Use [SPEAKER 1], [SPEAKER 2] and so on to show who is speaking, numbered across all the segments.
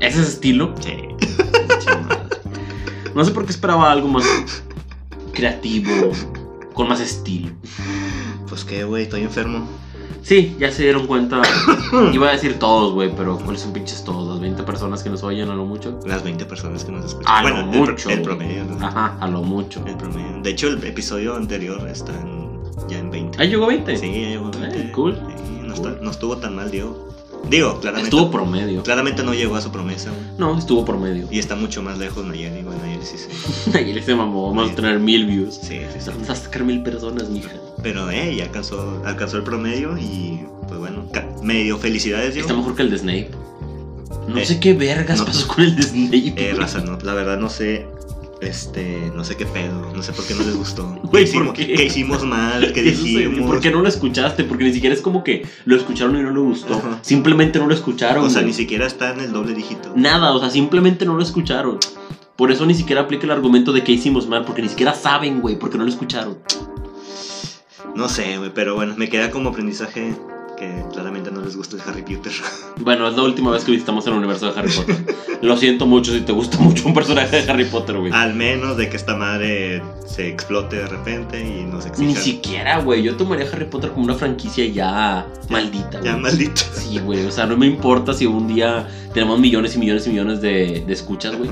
[SPEAKER 1] ¿Ese es estilo? Sí. no sé por qué esperaba algo más creativo, con más estilo.
[SPEAKER 2] Pues qué, güey, estoy enfermo.
[SPEAKER 1] Sí, ya se dieron cuenta. Iba a decir todos, güey, pero ¿cuáles son pinches todos? ¿Las 20 personas que nos oyen a lo mucho?
[SPEAKER 2] Las 20 personas que nos escuchan.
[SPEAKER 1] A
[SPEAKER 2] bueno,
[SPEAKER 1] lo Ah,
[SPEAKER 2] el pro-
[SPEAKER 1] mucho.
[SPEAKER 2] El,
[SPEAKER 1] güey. Ah.
[SPEAKER 2] promedio, ¿no?
[SPEAKER 1] Ajá, a lo mucho.
[SPEAKER 2] El promedio. De hecho, el episodio anterior está en- ya en 20.
[SPEAKER 1] Ahí llegó 20.
[SPEAKER 2] Sí, ya llegó a
[SPEAKER 1] Eh,
[SPEAKER 2] 20.
[SPEAKER 1] cool.
[SPEAKER 2] Sí, no, está- no estuvo tan mal, Diego. Digo, claramente.
[SPEAKER 1] Estuvo promedio.
[SPEAKER 2] Claramente no llegó a su promesa, güey.
[SPEAKER 1] No, estuvo promedio.
[SPEAKER 2] Y está mucho más lejos Nayeli, güey. Nayeli sí se. Sí,
[SPEAKER 1] Ayer se mamó, vamos a tener mil views.
[SPEAKER 2] sí, sí.
[SPEAKER 1] Vamos a sacar mil personas, mija.
[SPEAKER 2] Pero, eh, ya alcanzó, alcanzó el promedio y, pues bueno, ca- medio felicidades, Diego.
[SPEAKER 1] Está mejor que el de Snape. No
[SPEAKER 2] Eh,
[SPEAKER 1] sé qué vergas
[SPEAKER 2] no.
[SPEAKER 1] pasó con el de Snape.
[SPEAKER 2] Eh, raza, no, la verdad no sé. Este, no sé qué pedo, no sé por qué no les gustó.
[SPEAKER 1] Güey,
[SPEAKER 2] ¿Qué
[SPEAKER 1] ¿por
[SPEAKER 2] hicimos,
[SPEAKER 1] qué?
[SPEAKER 2] qué hicimos mal? ¿Qué
[SPEAKER 1] Eso sí,
[SPEAKER 2] dijimos?
[SPEAKER 1] ¿Por qué no lo escuchaste? Porque ni siquiera es como que lo escucharon y no le gustó.
[SPEAKER 2] Ajá.
[SPEAKER 1] Simplemente no lo escucharon.
[SPEAKER 2] O sea,
[SPEAKER 1] güey.
[SPEAKER 2] ni siquiera está en el doble dígito.
[SPEAKER 1] Nada, o sea, simplemente no lo escucharon. Por eso ni siquiera aplica el argumento de que hicimos mal, porque ni siquiera saben, güey, porque no lo escucharon.
[SPEAKER 2] No sé, güey, pero bueno, me queda como aprendizaje que claramente no les gusta el Harry Potter.
[SPEAKER 1] Bueno, es la última vez que visitamos el universo de Harry Potter. lo siento mucho si te gusta mucho un personaje de Harry Potter, güey.
[SPEAKER 2] Al menos de que esta madre se explote de repente y nos
[SPEAKER 1] ni
[SPEAKER 2] exija.
[SPEAKER 1] siquiera, güey. Yo tomaría a Harry Potter como una franquicia ya maldita,
[SPEAKER 2] Ya
[SPEAKER 1] güey.
[SPEAKER 2] maldito.
[SPEAKER 1] Sí, güey. O sea, no me importa si un día tenemos millones y millones y millones de, de escuchas, güey.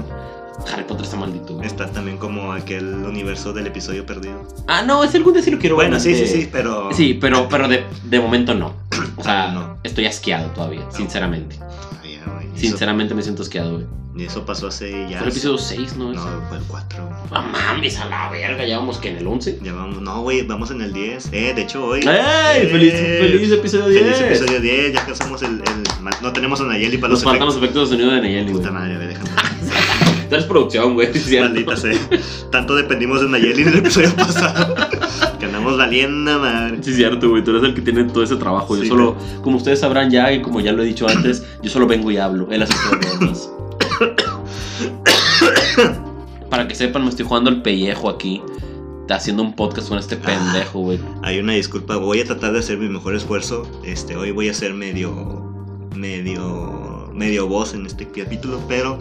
[SPEAKER 1] Harry Potter está maldito, güey.
[SPEAKER 2] Está también como aquel universo del episodio perdido.
[SPEAKER 1] Ah, no, es algún día sí lo quiero ver,
[SPEAKER 2] bueno, sí, sí,
[SPEAKER 1] este,
[SPEAKER 2] sí, pero.
[SPEAKER 1] Sí, pero, pero de, de momento no. O sea,
[SPEAKER 2] No.
[SPEAKER 1] estoy asqueado todavía, sinceramente.
[SPEAKER 2] Ay, ya, güey, y eso-
[SPEAKER 1] Sinceramente me siento asqueado, güey.
[SPEAKER 2] Y eso pasó hace ya.
[SPEAKER 1] Fue el episodio 6, ¿no? Ese.
[SPEAKER 2] No, fue el 4.
[SPEAKER 1] Ah, mames, a la verga, ya vamos que en el 11.
[SPEAKER 2] Ya vamos. No, güey, vamos en el 10. Eh, de hecho, hoy.
[SPEAKER 1] ¡Ey! ¡Feliz,
[SPEAKER 2] Eh,
[SPEAKER 1] feliz episodio 10!
[SPEAKER 2] Feliz episodio 10. Ya alcanzamos el. el ma- No tenemos a Nayeli para
[SPEAKER 1] Nos
[SPEAKER 2] los
[SPEAKER 1] faltan
[SPEAKER 2] efectos.
[SPEAKER 1] los efectos de sonido de Nayeli, güey.
[SPEAKER 2] Puta madre, a ver, déjame.
[SPEAKER 1] Tú eres producción, güey. es cierto.
[SPEAKER 2] Maldita sea. Tanto dependimos de Nayeli en el episodio pasado. que andamos valiendo, madre.
[SPEAKER 1] Sí, es cierto, güey. Tú eres el que tiene todo ese trabajo. Yo
[SPEAKER 2] Sí,
[SPEAKER 1] solo, como ustedes sabrán ya, y como ya lo he dicho antes, yo solo vengo y hablo. Él hace todo lo demás. Para que sepan, me estoy jugando el pellejo aquí. Haciendo un podcast con este pendejo, güey.
[SPEAKER 2] Hay una disculpa. Voy a tratar de hacer mi mejor esfuerzo. Este, hoy voy a ser medio. medio. medio voz en este capítulo, pero.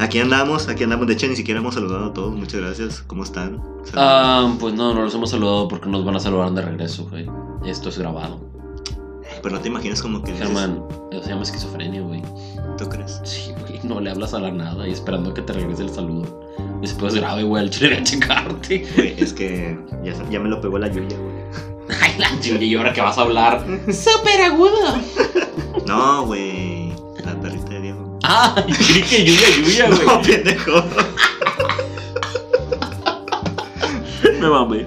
[SPEAKER 2] Aquí andamos, aquí andamos. De hecho, ni siquiera hemos saludado a todos. Muchas gracias. ¿Cómo están? Saludos.
[SPEAKER 1] Ah, pues no, no los hemos saludado porque nos van a saludar de regreso, güey. Esto es grabado.
[SPEAKER 2] Pero no te imaginas como que. dices,
[SPEAKER 1] Germán, eso se llama esquizofrenia, güey.
[SPEAKER 2] ¿Tú crees?
[SPEAKER 1] Sí, güey, no le hablas a la nada y esperando que te regrese el saludo. Después grave, güey, al chile voy a checarte.
[SPEAKER 2] Güey, es que ya, sa- ya me lo pegó la lluvia, güey.
[SPEAKER 1] Ay, la chingue, y ahora que vas a hablar. ¡Súper agudo!
[SPEAKER 2] No, güey. La perrita de Diego.
[SPEAKER 1] Ah, y creí que lluvia, lluvia,
[SPEAKER 2] No,
[SPEAKER 1] güey.
[SPEAKER 2] pendejo.
[SPEAKER 1] Me mamé.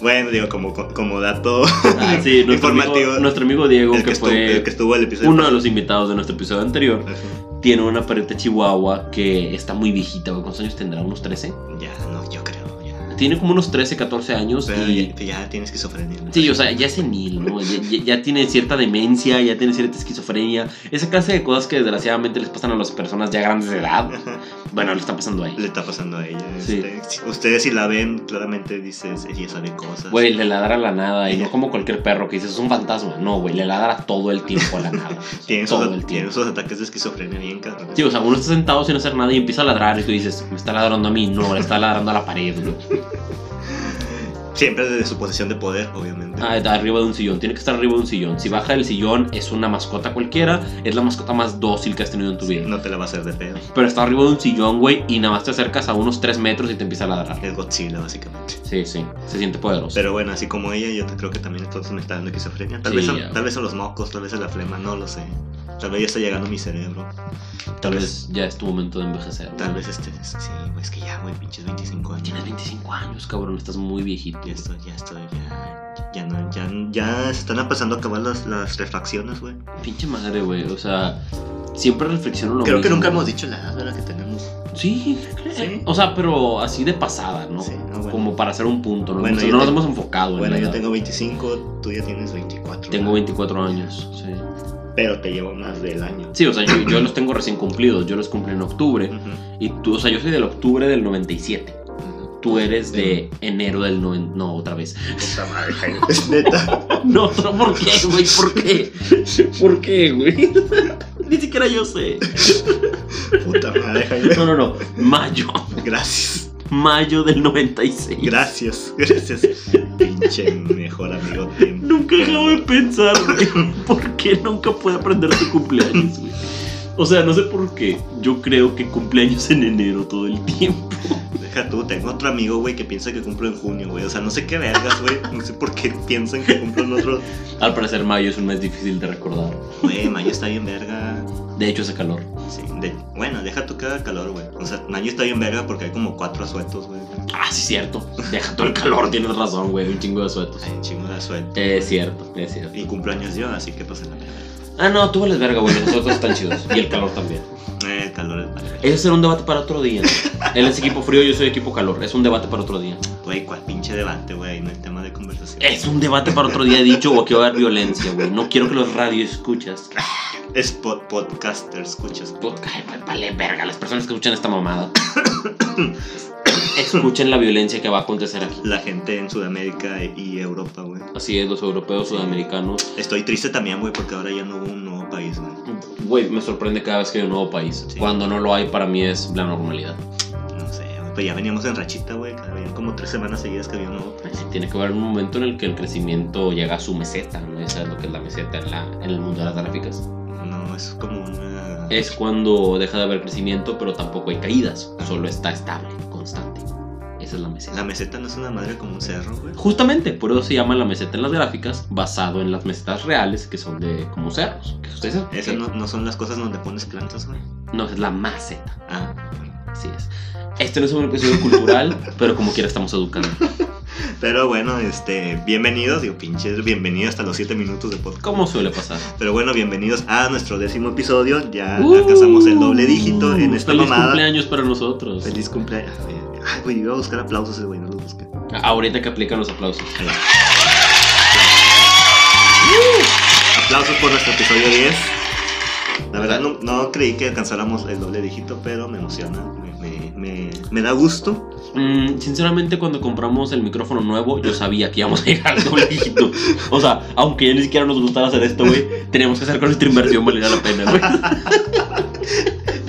[SPEAKER 2] Bueno, digo, como, como dato.
[SPEAKER 1] Ah, sí, nuestro
[SPEAKER 2] Informativo.
[SPEAKER 1] amigo, nuestro amigo Diego,
[SPEAKER 2] el,
[SPEAKER 1] que
[SPEAKER 2] que estuvo, el que
[SPEAKER 1] fue
[SPEAKER 2] estuvo el episodio.
[SPEAKER 1] uno de los invitados de nuestro episodio anterior,
[SPEAKER 2] Ajá.
[SPEAKER 1] tiene una perrita chihuahua que está muy viejita, güey. ¿Cuántos años tendrá? ¿Unos 13?
[SPEAKER 2] Ya, no, yo creo, ya.
[SPEAKER 1] Tiene como unos 13, 14 años
[SPEAKER 2] Pero
[SPEAKER 1] y...
[SPEAKER 2] ya, ya tienes esquizofrenia. ¿no?
[SPEAKER 1] Sí, o sea, ya es senil, ¿no? Ya, ya- ya tiene cierta demencia, ya tiene cierta esquizofrenia. Esa clase de cosas que desgraciadamente les pasan a las personas ya grandes de edad.
[SPEAKER 2] Ajá.
[SPEAKER 1] Bueno, le está pasando ahí.
[SPEAKER 2] Le está pasando a ella.
[SPEAKER 1] Sí.
[SPEAKER 2] este, si- ustedes si la ven, claramente dices, ella sabe cosas.
[SPEAKER 1] Güey, le ladra a la nada y no como cualquier perro que dices es un fantasma. No, güey, le ladra todo el tiempo a la nada.
[SPEAKER 2] tiene,
[SPEAKER 1] todo
[SPEAKER 2] esos,
[SPEAKER 1] el
[SPEAKER 2] tiene
[SPEAKER 1] tiempo.
[SPEAKER 2] esos ataques de esquizofrenia bien cabrón.
[SPEAKER 1] Sí, o sea, uno está sentado sin hacer nada y empieza a ladrar y tú dices, me está ladrando a mí. No, le está ladrando a la pared, güey.
[SPEAKER 2] Siempre desde su posición de poder, obviamente.
[SPEAKER 1] Ah, está arriba de un sillón, tiene que estar arriba de un sillón. Si baja del sillón, es una mascota cualquiera, es la mascota más dócil que has tenido en tu vida.
[SPEAKER 2] No te la va a hacer de pedo.
[SPEAKER 1] Pero está arriba de un sillón, güey, y nada más te acercas a unos 3 metros y te empieza a ladrar.
[SPEAKER 2] Es Godzilla, básicamente.
[SPEAKER 1] Sí, sí, se siente poderoso.
[SPEAKER 2] Pero bueno, así como ella, yo te- creo que también entonces me está dando esquizofrenia. Tal,
[SPEAKER 1] Sí,
[SPEAKER 2] vez son,
[SPEAKER 1] ya, güey.
[SPEAKER 2] tal vez son los mocos, tal vez es la flema, no lo sé. Tal vez ya está llegando a mi cerebro.
[SPEAKER 1] Tal vez ya es tu momento de envejecer. güey.
[SPEAKER 2] Tal vez este. es- Sí, güey, es que ya, güey, pinches 25 años.
[SPEAKER 1] Tienes 25 años, cabrón, estás muy viejito.
[SPEAKER 2] Ya estoy, ya estoy, ya. Ya, no, ya, ya se están empezando a acabar las, las refacciones, güey.
[SPEAKER 1] Pinche madre, güey, o sea, siempre reflexiono lo
[SPEAKER 2] Creo que
[SPEAKER 1] mismo.
[SPEAKER 2] nunca hemos dicho la edad, ¿verdad? Que tenemos.
[SPEAKER 1] Sí, eh,
[SPEAKER 2] Sí.
[SPEAKER 1] o sea, pero así de pasada, ¿no?
[SPEAKER 2] Sí, ah, bueno.
[SPEAKER 1] Como para hacer un punto, ¿no?
[SPEAKER 2] Bueno,
[SPEAKER 1] O sea,
[SPEAKER 2] yo
[SPEAKER 1] no nos
[SPEAKER 2] tengo-
[SPEAKER 1] hemos enfocado en
[SPEAKER 2] Bueno,
[SPEAKER 1] la
[SPEAKER 2] yo
[SPEAKER 1] edad.
[SPEAKER 2] tengo 25, tú ya tienes 24.
[SPEAKER 1] Tengo
[SPEAKER 2] ¿verdad?
[SPEAKER 1] 24 años, sí.
[SPEAKER 2] Pero te llevo más del año.
[SPEAKER 1] Sí, o sea, yo, yo los tengo recién cumplidos, yo los cumplí en octubre.
[SPEAKER 2] Ujú,
[SPEAKER 1] Y tú, o sea, yo soy del octubre del 97.
[SPEAKER 2] ujú.
[SPEAKER 1] Tú eres de enero del 90. No, otra vez.
[SPEAKER 2] Puta madre, Jaime. Neta.
[SPEAKER 1] No, no, ¿por qué, güey? ¿Por qué? ¿Por qué, güey? Ni siquiera yo sé.
[SPEAKER 2] Puta madre, Jaime.
[SPEAKER 1] No, no, no. Mayo.
[SPEAKER 2] Gracias.
[SPEAKER 1] Mayo del 96.
[SPEAKER 2] Gracias. Gracias. Pinche mejor amigo Tim.
[SPEAKER 1] Nunca acabo de pensar, güey. ¿Por qué nunca puede aprender tu cumpleaños, güey? O sea, no sé por qué. Yo creo que cumpleaños en enero todo el tiempo.
[SPEAKER 2] Deja tú, tengo otro amigo, güey, que piensa que cumplo en junio, güey. O sea, no sé qué vergas, güey. No sé por qué piensan que cumplo en otro.
[SPEAKER 1] Al parecer, mayo es un mes difícil de recordar.
[SPEAKER 2] Güey, mayo está bien verga.
[SPEAKER 1] De hecho, hace calor.
[SPEAKER 2] Sí, de- bueno, deja tú que haga calor, güey. O sea, mayo está bien verga porque hay como cuatro asuetos, güey.
[SPEAKER 1] Ah, sí, cierto. Deja todo el calor, tienes razón, güey. Un chingo de suetos.
[SPEAKER 2] Pues, Hay un chingo de asuetos.
[SPEAKER 1] Es cierto, es cierto.
[SPEAKER 2] Y cumpleaños yo, así que pasa la verga.
[SPEAKER 1] Ah, no, tú vales verga, güey. Los suetos están chidos. Y el calor también.
[SPEAKER 2] Eh, el calor es para
[SPEAKER 1] Ese será un debate para otro día. Él es equipo frío, yo soy equipo calor. Es un debate para otro día.
[SPEAKER 2] Güey, cuál pinche debate, güey, en el tema de conversación.
[SPEAKER 1] Es un debate para otro día, he dicho, o aquí va a haber violencia, güey. No quiero que los radios escuchas.
[SPEAKER 2] Es pod- podcaster, escuchas.
[SPEAKER 1] Vale, verga, las personas que escuchan esta mamada. Escuchen la violencia que va a acontecer aquí.
[SPEAKER 2] La gente en Sudamérica y Europa, güey.
[SPEAKER 1] Así es, los europeos, sudamericanos.
[SPEAKER 2] Estoy triste también, güey, porque ahora ya no hubo un nuevo país, güey.
[SPEAKER 1] Güey, me sorprende cada vez que hay un nuevo país.
[SPEAKER 2] Sí.
[SPEAKER 1] Cuando no lo hay, para mí es la normalidad.
[SPEAKER 2] No sé, güey. Pues ya veníamos en rachita, güey. que Habían como tres semanas seguidas que había un nuevo país.
[SPEAKER 1] Sí, Tiene que haber un momento en el que el crecimiento llega a su meseta, ¿no? Esa es lo que es la meseta en, la- en el mundo de las gráficas.
[SPEAKER 2] No, es como una.
[SPEAKER 1] Es cuando deja de haber crecimiento, pero tampoco hay caídas. Solo está estable, constante. Esa es la meseta.
[SPEAKER 2] La meseta no es una madre como un cerro, güey.
[SPEAKER 1] Justamente, por eso se llama la meseta en las gráficas, basado en las mesetas reales, que son de como cerros. Que ustedes saben
[SPEAKER 2] Esas
[SPEAKER 1] que-
[SPEAKER 2] no, no son las cosas donde pones plantas, güey.
[SPEAKER 1] no, es la maceta.
[SPEAKER 2] Ah, bueno.
[SPEAKER 1] Así es. Este no es un episodio cultural, pero como quiera estamos educando.
[SPEAKER 2] Pero bueno, este, bienvenidos, digo, pinches, bienvenidos hasta los siete minutos de podcast.
[SPEAKER 1] Como suele pasar.
[SPEAKER 2] Pero bueno, bienvenidos a nuestro décimo episodio. Ya
[SPEAKER 1] Uh,
[SPEAKER 2] Ah, alcanzamos el doble dígito en esta
[SPEAKER 1] Feliz
[SPEAKER 2] mamada.
[SPEAKER 1] cumpleaños para nosotros.
[SPEAKER 2] Feliz cumpleaños. Ay, güey, iba a buscar aplausos ese güey, no los busqué.
[SPEAKER 1] Ahorita que aplican los aplausos.
[SPEAKER 2] Aplausos por nuestro episodio 10. La verdad, no, no creí que alcanzáramos el doble dígito, pero me emociona. Me, me- me- me da gusto.
[SPEAKER 1] Mm, sinceramente, cuando compramos el micrófono nuevo, yo sabía que íbamos a llegar al doble dígito. O sea, aunque ya ni siquiera nos gustara hacer esto, güey, teníamos que hacer con nuestra inversión valiera la pena, güey.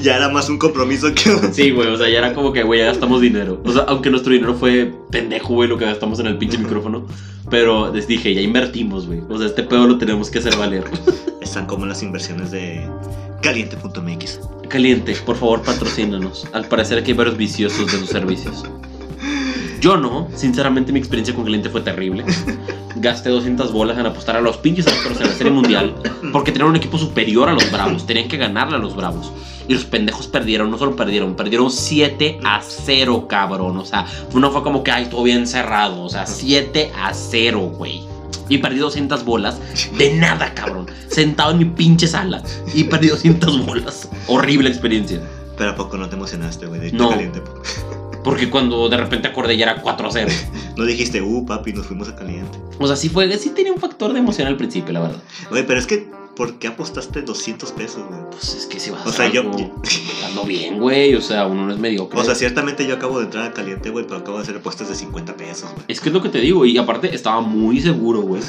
[SPEAKER 2] Ya era más un compromiso que.
[SPEAKER 1] Sí, güey, o sea, ya era como que, güey, ya gastamos dinero. O sea, aunque nuestro dinero fue pendejo, güey, lo que gastamos en el pinche micrófono. Pero les dije, ya invertimos, güey. O sea, este pedo lo tenemos que hacer valer.
[SPEAKER 2] Están como las inversiones de caliente.mx.
[SPEAKER 1] Caliente, por favor, patrocínanos. Al parecer aquí hay varios viciosos de sus servicios. Yo no, sinceramente mi experiencia con Caliente fue terrible. Gasté 200 bolas en apostar a los pinches astros en la serie mundial porque tenían un equipo superior a los Bravos, tenían que ganarle a los Bravos. Y los pendejos perdieron, no solo perdieron, perdieron 7 a 0, cabrón. O sea, no fue como que, ay, todo bien cerrado. O sea, 7 a 0, güey. Y perdí 200 bolas de nada, cabrón. Sentado en mi pinche sala. Y perdí 200 bolas. Horrible experiencia.
[SPEAKER 2] Pero a poco no te emocionaste, güey. De
[SPEAKER 1] No.
[SPEAKER 2] caliente. po-
[SPEAKER 1] Porque cuando de repente acordé ya era 4 a 0.
[SPEAKER 2] No dijiste, uh, papi, nos fuimos a caliente.
[SPEAKER 1] O sea, sí fue, sí tenía un factor de emoción al principio, la verdad.
[SPEAKER 2] Güey, pero es que, ¿por qué apostaste 200 pesos, güey?
[SPEAKER 1] Pues es que si vas a
[SPEAKER 2] O sea,
[SPEAKER 1] hacer
[SPEAKER 2] yo.
[SPEAKER 1] algo, hazlo bien, güey. O sea, uno no es mediocre.
[SPEAKER 2] O sea, ciertamente yo acabo de entrar a caliente, güey, pero acabo de hacer apuestas de 50 pesos, güey.
[SPEAKER 1] es que es lo que te digo. Y aparte, estaba muy seguro, güey,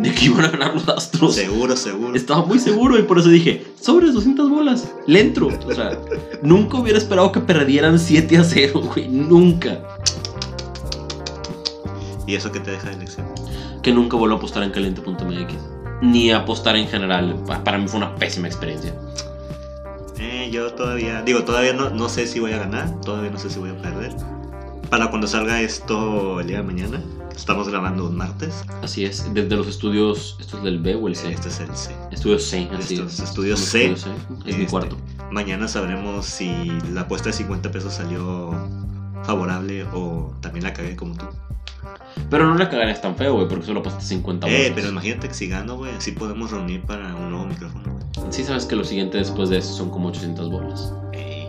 [SPEAKER 1] de que iban a ganar los astros.
[SPEAKER 2] Seguro, seguro.
[SPEAKER 1] Estaba muy seguro y por eso dije, sobres 200 bolas, le entro. O sea, nunca hubiera esperado que perdieran 7 a 0, güey. Nunca.
[SPEAKER 2] ¿Y eso qué te deja de elección?
[SPEAKER 1] Que nunca vuelvo a apostar en caliente.mx. Ni a apostar en general. Pa- Para mí fue una pésima experiencia.
[SPEAKER 2] Eh, yo todavía, digo, todavía no, no sé si voy a ganar, todavía no sé si voy a perder. Para cuando salga esto el día de mañana, estamos grabando un martes.
[SPEAKER 1] Así es, desde los estudios, esto es del B o el C.
[SPEAKER 2] Este es el C.
[SPEAKER 1] Estudio C, así
[SPEAKER 2] Esto es
[SPEAKER 1] es.
[SPEAKER 2] estudio
[SPEAKER 1] Los
[SPEAKER 2] C.
[SPEAKER 1] estudios Es mi
[SPEAKER 2] Este,
[SPEAKER 1] cuarto.
[SPEAKER 2] Mañana sabremos si la apuesta de 50 pesos salió favorable o también la cagué como tú.
[SPEAKER 1] Pero no la cagarías tan feo, güey, porque solo apostaste 50 bolas.
[SPEAKER 2] Eh, pero imagínate que si gano, güey, así podemos reunir para un nuevo micrófono, güey.
[SPEAKER 1] Sí sabes que lo siguiente después de eso son como 800 bolas.
[SPEAKER 2] Ey.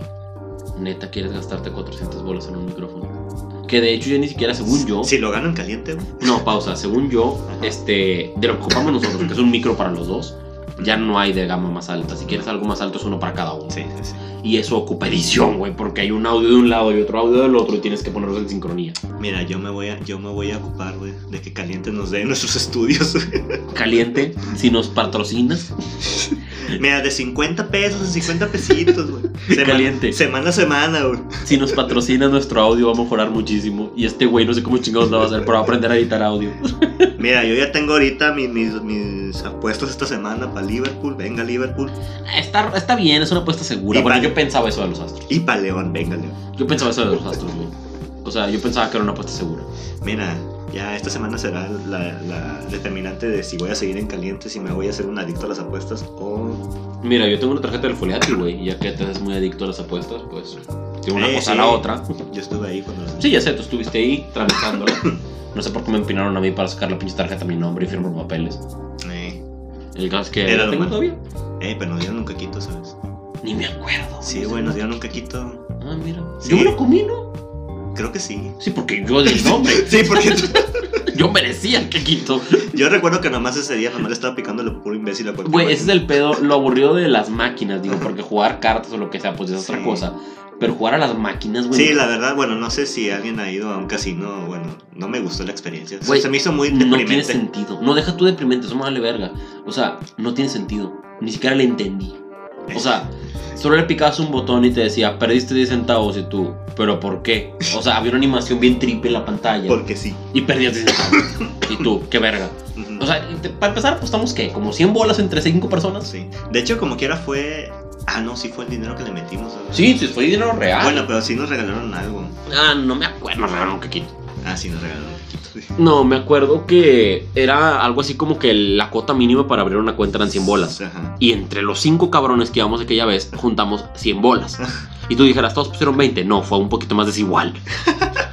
[SPEAKER 1] Neta, ¿quieres gastarte 400 bolas en un micrófono? Que de hecho yo ni siquiera, según yo...
[SPEAKER 2] Si lo gano en caliente, güey.
[SPEAKER 1] No, pausa. Según yo,
[SPEAKER 2] Ajá.
[SPEAKER 1] este, de lo que ocupamos nosotros, que es un micro para los dos, ya no hay de gama más alta. Si quieres algo más alto, es uno para cada uno.
[SPEAKER 2] Sí, sí, sí.
[SPEAKER 1] Y eso ocupa edición, güey, porque hay un audio de un lado y otro audio del otro y tienes que ponerlos en sincronía.
[SPEAKER 2] Mira, yo me voy a, yo me voy a ocupar, güey, de que caliente nos dé nuestros estudios, güey.
[SPEAKER 1] Caliente, si nos patrocinas,
[SPEAKER 2] Mira, de 50 pesos a 50 pesitos, güey. Semana-
[SPEAKER 1] Caliente.
[SPEAKER 2] Semana a semana, güey.
[SPEAKER 1] Si nos patrocina nuestro audio va a mejorar muchísimo. Y este güey no sé cómo chingados la va a hacer, pero va a aprender a editar audio.
[SPEAKER 2] Mira, yo ya tengo ahorita mi- mis, mis apuestos esta semana para Liverpool. Venga, Liverpool.
[SPEAKER 1] Está, está bien, es una apuesta segura.
[SPEAKER 2] Y
[SPEAKER 1] Porque
[SPEAKER 2] vale.
[SPEAKER 1] yo pensaba eso de los astros.
[SPEAKER 2] Y para León, venga, León.
[SPEAKER 1] Yo pensaba eso de los astros, güey. O sea, yo pensaba que era una apuesta segura.
[SPEAKER 2] Mira, ya esta semana será la, la determinante de si voy a seguir en caliente, si me voy a hacer un adicto a las apuestas o.
[SPEAKER 1] Mira, yo tengo una tarjeta del foliati, güey. Y ya que te haces muy adicto a las apuestas, pues. De una
[SPEAKER 2] Eh,
[SPEAKER 1] cosa a
[SPEAKER 2] sí.
[SPEAKER 1] la otra.
[SPEAKER 2] Yo estuve ahí cuando.
[SPEAKER 1] Sí, ya sé, tú estuviste ahí tramitándola. No sé por qué me empinaron a mí para sacar la pinche tarjeta a mi nombre y firmar papeles.
[SPEAKER 2] Eh,
[SPEAKER 1] El caso es que.
[SPEAKER 2] Era
[SPEAKER 1] ¿la tengo
[SPEAKER 2] normal.
[SPEAKER 1] todavía?
[SPEAKER 2] eh, pero nos dieron un caquito, ¿sabes?
[SPEAKER 1] Ni me acuerdo.
[SPEAKER 2] Sí, güey, nos dieron un caquito.
[SPEAKER 1] Ah, mira.
[SPEAKER 2] Sí.
[SPEAKER 1] Yo me lo comí, ¿no?
[SPEAKER 2] Creo que sí.
[SPEAKER 1] Sí, porque yo di el nombre.
[SPEAKER 2] Sí, porque
[SPEAKER 1] Yo merecía el quequito.
[SPEAKER 2] yo recuerdo que nomás ese día nomás le estaba picando el puro imbécil a cualquier
[SPEAKER 1] Güey, ese es el pedo, lo aburrido de las máquinas, digo, porque jugar cartas o lo que sea, pues es otra
[SPEAKER 2] Sí.
[SPEAKER 1] cosa. Pero jugar a las máquinas, güey.
[SPEAKER 2] Sí, la verdad, bueno, no sé si alguien ha ido a un casino, bueno, no me gustó la experiencia. O sea,
[SPEAKER 1] Güey,
[SPEAKER 2] se me hizo muy
[SPEAKER 1] no tiene
[SPEAKER 2] deprimente.
[SPEAKER 1] sentido. No deja tú deprimente, eso me vale verga. O sea, no tiene sentido. Ni siquiera le entendí. O sea, solo le picabas un botón y te decía, perdiste 10 centavos y tú, ¿pero por qué? O sea, había una animación bien triple en la pantalla
[SPEAKER 2] porque sí.
[SPEAKER 1] y perdías 10 centavos. y tú, qué verga.
[SPEAKER 2] Ujú.
[SPEAKER 1] O sea, y te- para empezar, apostamos que como 100 bolas entre 5 personas.
[SPEAKER 2] Mm, sí. De hecho, como quiera fue. Ah, no, sí fue el dinero que le metimos. ¿verdad?
[SPEAKER 1] Sí, sí, fue dinero real.
[SPEAKER 2] Bueno, pero sí nos regalaron algo.
[SPEAKER 1] Ah, no me acuerdo, no, no, que quito.
[SPEAKER 2] Ah, sí nos regalaron un poquito. sí.
[SPEAKER 1] No, me acuerdo que era algo así como que la cuota mínima para abrir una cuenta eran 100 bolas.
[SPEAKER 2] Ajá.
[SPEAKER 1] Y entre los cinco cabrones que íbamos aquella vez, juntamos 100 bolas. Y tú dijeras, todos pusieron 20. No, fue un poquito más desigual.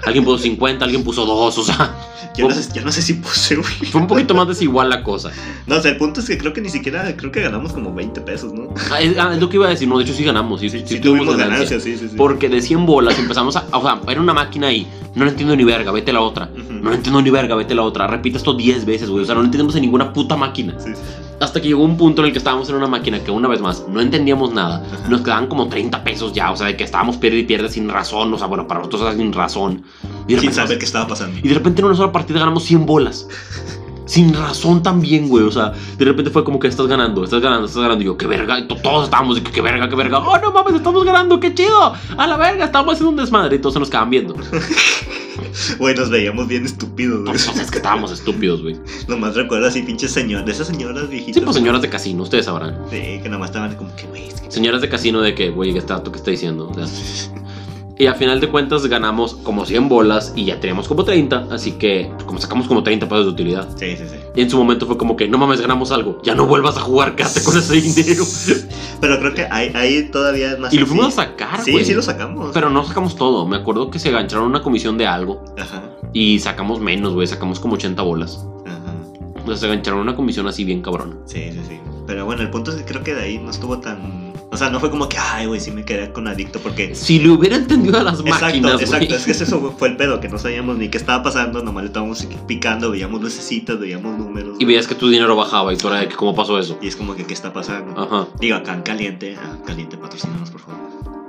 [SPEAKER 1] Alguien puso 50, alguien puso 2, o sea,
[SPEAKER 2] Ya no, sé, ya no sé si puse, güey.
[SPEAKER 1] fue un poquito más desigual la cosa.
[SPEAKER 2] No, o sea, el punto es que creo que ni siquiera. Creo que ganamos como 20 pesos, ¿no?
[SPEAKER 1] Ah, Es, ah, es lo que iba a decir, no, de hecho sí ganamos, sí, sí
[SPEAKER 2] Sí,
[SPEAKER 1] tuvimos
[SPEAKER 2] tuvimos
[SPEAKER 1] ganancia.
[SPEAKER 2] ganancias, sí, sí, sí.
[SPEAKER 1] Porque de 100 bolas empezamos a... O sea, era una máquina ahí, no la entiendo ni verga, vete a la otra.
[SPEAKER 2] Ujú.
[SPEAKER 1] No la entiendo ni verga, vete a la otra. Repite esto 10 veces, güey. O sea, no lo entendemos en ninguna puta máquina.
[SPEAKER 2] Sí, sí.
[SPEAKER 1] Hasta que llegó un punto en el que estábamos en una máquina que una vez más no entendíamos nada.
[SPEAKER 2] Ajá.
[SPEAKER 1] Nos quedaban como 30 pesos ya, o sea, de que estábamos pierde y pierde sin razón, o sea, bueno, para nosotros era sin razón. Y de,
[SPEAKER 2] Sin
[SPEAKER 1] repente,
[SPEAKER 2] saber qué estaba pasando.
[SPEAKER 1] y de repente en una sola partida ganamos 100 bolas. Sin razón también, güey. O sea, de repente fue como que estás ganando, estás ganando, estás ganando. Y yo, qué verga. Y to- todos estábamos de que qué verga, qué verga. Oh, no mames, estamos ganando, qué chido. A la verga, estamos haciendo un desmadre. Y todos se nos quedaban viendo.
[SPEAKER 2] Güey, nos veíamos bien estúpidos, güey.
[SPEAKER 1] Entonces es que estábamos estúpidos, güey.
[SPEAKER 2] Nomás recuerdo así, pinches señor. De esas señoras viejitas.
[SPEAKER 1] Sí, pues señoras de casino, ustedes sabrán.
[SPEAKER 2] Sí, que nomás estaban como que, güey, es que.
[SPEAKER 1] Señoras de casino de que, güey, ¿qué está, tú qué está diciendo? O sea, y a final de cuentas ganamos como 100 bolas y ya teníamos como 30, así que pues, como sacamos como 30 pesos de utilidad.
[SPEAKER 2] Sí, sí, sí.
[SPEAKER 1] Y en su momento fue como que, no mames, ganamos algo, ya no vuelvas a jugar, quédate con ese dinero.
[SPEAKER 2] Pero creo que ahí, ahí todavía es más.
[SPEAKER 1] Y lo fuimos a
[SPEAKER 2] sencillo.
[SPEAKER 1] sacar,
[SPEAKER 2] Sí,
[SPEAKER 1] güey.
[SPEAKER 2] sí lo sacamos.
[SPEAKER 1] Pero no sacamos todo, me acuerdo que se gancharon una comisión de algo
[SPEAKER 2] Ajá,
[SPEAKER 1] y sacamos menos, güey, sacamos como 80 bolas.
[SPEAKER 2] ajá.
[SPEAKER 1] O sea, se gancharon una comisión así bien cabrón.
[SPEAKER 2] Sí, sí, sí. Pero bueno, el punto es que creo que de ahí no estuvo tan. O sea, no fue como que, ay, güey, sí me quedé con adicto porque.
[SPEAKER 1] Si le hubiera entendido a las máquinas,
[SPEAKER 2] exacto, exacto.
[SPEAKER 1] güey.
[SPEAKER 2] Es que eso fue- fue el pedo, que no sabíamos ni qué estaba pasando, nomás le estábamos picando, veíamos lucecitas, veíamos números.
[SPEAKER 1] Y veías que tu dinero bajaba y tú era de que, ¿cómo pasó eso?
[SPEAKER 2] Y es como que, ¿qué está pasando?
[SPEAKER 1] Ajá.
[SPEAKER 2] Digo, acá en caliente, ah, caliente, patrocínanos, por favor.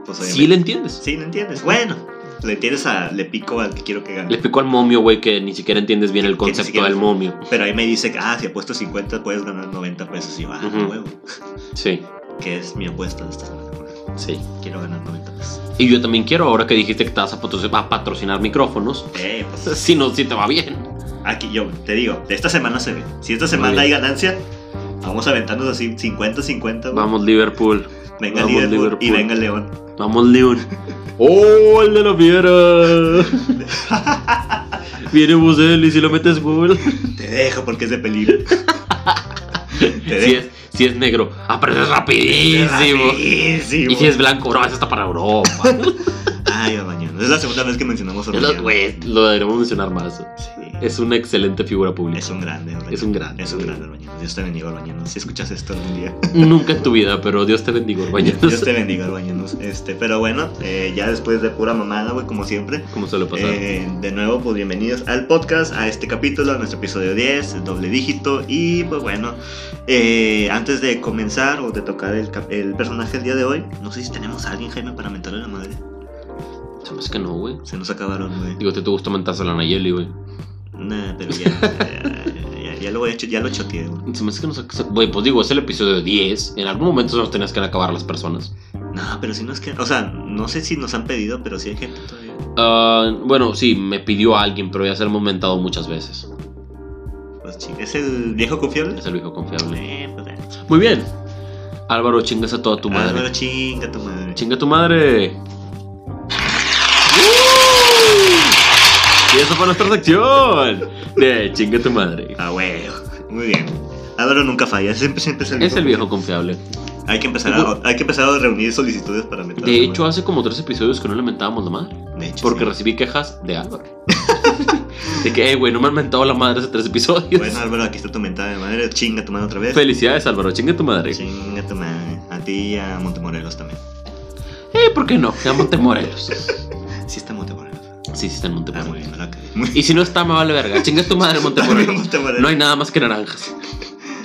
[SPEAKER 2] Pues,
[SPEAKER 1] Sí
[SPEAKER 2] obviamente-
[SPEAKER 1] le entiendes.
[SPEAKER 2] Sí, ¿no entiendes? Bueno, le tienes a. Le pico al que quiero que gane.
[SPEAKER 1] Le explicó al momio, güey, que ni siquiera entiendes bien el
[SPEAKER 2] Que ni
[SPEAKER 1] concepto
[SPEAKER 2] siquiera-
[SPEAKER 1] del momio.
[SPEAKER 2] Pero ahí me dice que, ah, si apuesto 50 puedes ganar 90 pesos. Y yo, ah,
[SPEAKER 1] Ujú.
[SPEAKER 2] huevo,
[SPEAKER 1] Sí,
[SPEAKER 2] que es mi apuesta de esta semana. por ejemplo.
[SPEAKER 1] sí.
[SPEAKER 2] Quiero ganar 90 pesos.
[SPEAKER 1] Y yo también quiero, ahora que dijiste que te vas a patrocinar, a patrocinar micrófonos,
[SPEAKER 2] Eh, pues,
[SPEAKER 1] si no, si te va bien.
[SPEAKER 2] aquí yo te digo, de esta semana se ve. Si esta semana
[SPEAKER 1] Muy
[SPEAKER 2] hay
[SPEAKER 1] bien.
[SPEAKER 2] ganancia, vamos aventarnos así 50-50. güey.
[SPEAKER 1] Vamos, Liverpool.
[SPEAKER 2] Venga
[SPEAKER 1] vamos,
[SPEAKER 2] Liverpool, y
[SPEAKER 1] Liverpool.
[SPEAKER 2] venga León.
[SPEAKER 1] Vamos, León. ¡Oh, el de la fiera! Viene Busel y si lo metes gol.
[SPEAKER 2] Te dejo porque es de peligro.
[SPEAKER 1] Si
[SPEAKER 2] te
[SPEAKER 1] es, si es negro, aprendes rapidísimo.
[SPEAKER 2] Rapidísimo.
[SPEAKER 1] Y si es blanco, bro, eso está para Europa.
[SPEAKER 2] Ay, mañana. Es la segunda vez que mencionamos a
[SPEAKER 1] Es lo,
[SPEAKER 2] Orellana.
[SPEAKER 1] güey, lo deberemos mencionar más.
[SPEAKER 2] Sí.
[SPEAKER 1] Es una excelente figura pública.
[SPEAKER 2] Es un grande, Orellana.
[SPEAKER 1] Es un grande.
[SPEAKER 2] Es un grande, Orellana. Dios te bendiga, Orellana. Si escuchas esto algún día.
[SPEAKER 1] Nunca en tu vida, pero Dios te bendiga,
[SPEAKER 2] Dios
[SPEAKER 1] Orbañanos.
[SPEAKER 2] te bendiga, bañanos. Este, pero bueno, eh, ya después de pura mamada, güey, como siempre.
[SPEAKER 1] ¿Cómo suele pasar?
[SPEAKER 2] eh, de nuevo, pues bienvenidos al podcast, a este capítulo, a nuestro episodio 10, el doble dígito. Y pues bueno, eh, antes de comenzar o de tocar el, cap- el personaje del día de hoy, no sé si tenemos a alguien, Jaime, para mentarle la madre.
[SPEAKER 1] Se me hace que no, güey.
[SPEAKER 2] Se nos acabaron, güey.
[SPEAKER 1] Digo, te, te gusta mentársela a Nayeli, güey.
[SPEAKER 2] Nah, pero ya, ya, ya, ya lo he hecho, ya lo choteé. güey.
[SPEAKER 1] Se me hace que nos... Güey, pues digo, es el episodio 10. En algún momento se nos tenías que acabar las personas.
[SPEAKER 2] No, pero si no es que, o sea, no sé si nos han pedido, pero sí hay gente todavía.
[SPEAKER 1] Ah, bueno, sí, me pidió a alguien, pero ya se lo he momentado muchas veces.
[SPEAKER 2] Pues ching, ¿es el viejo confiable?
[SPEAKER 1] Es el viejo confiable.
[SPEAKER 2] Eh, pues eh.
[SPEAKER 1] Muy bien. Álvaro, chingas a toda tu madre.
[SPEAKER 2] Álvaro, chinga tu madre.
[SPEAKER 1] Chinga tu madre. Y esa fue nuestra sección de chinga tu madre.
[SPEAKER 2] Ah, güey. Muy bien. Álvaro nunca falla, siempre, siempre es el
[SPEAKER 1] Es el viejo confiable.
[SPEAKER 2] Hay que empezar a, hay que empezar a reunir solicitudes para meter.
[SPEAKER 1] De hecho, hace como tres episodios que no le mentábamos la madre.
[SPEAKER 2] De hecho,
[SPEAKER 1] Porque
[SPEAKER 2] sí.
[SPEAKER 1] recibí quejas de Álvaro. de que, eh, güey, no me han mentado la madre hace tres episodios.
[SPEAKER 2] Bueno, Álvaro, aquí está tu mentada de madre. Chinga tu madre otra vez.
[SPEAKER 1] Felicidades, Álvaro, chinga tu madre.
[SPEAKER 2] Chinga tu madre. A ti y a Montemorelos también.
[SPEAKER 1] Eh, ¿por qué no? Que a Montemorelos.
[SPEAKER 2] Sí está Montemorelos.
[SPEAKER 1] Sí, sí, está en
[SPEAKER 2] Ah, muy bien,
[SPEAKER 1] Montemorelos.
[SPEAKER 2] me la cagué. Muy
[SPEAKER 1] Y si no está, me vale verga. Chinga tu madre,
[SPEAKER 2] También
[SPEAKER 1] Montemorelos.
[SPEAKER 2] Montemorelos.
[SPEAKER 1] No hay nada más que naranjas.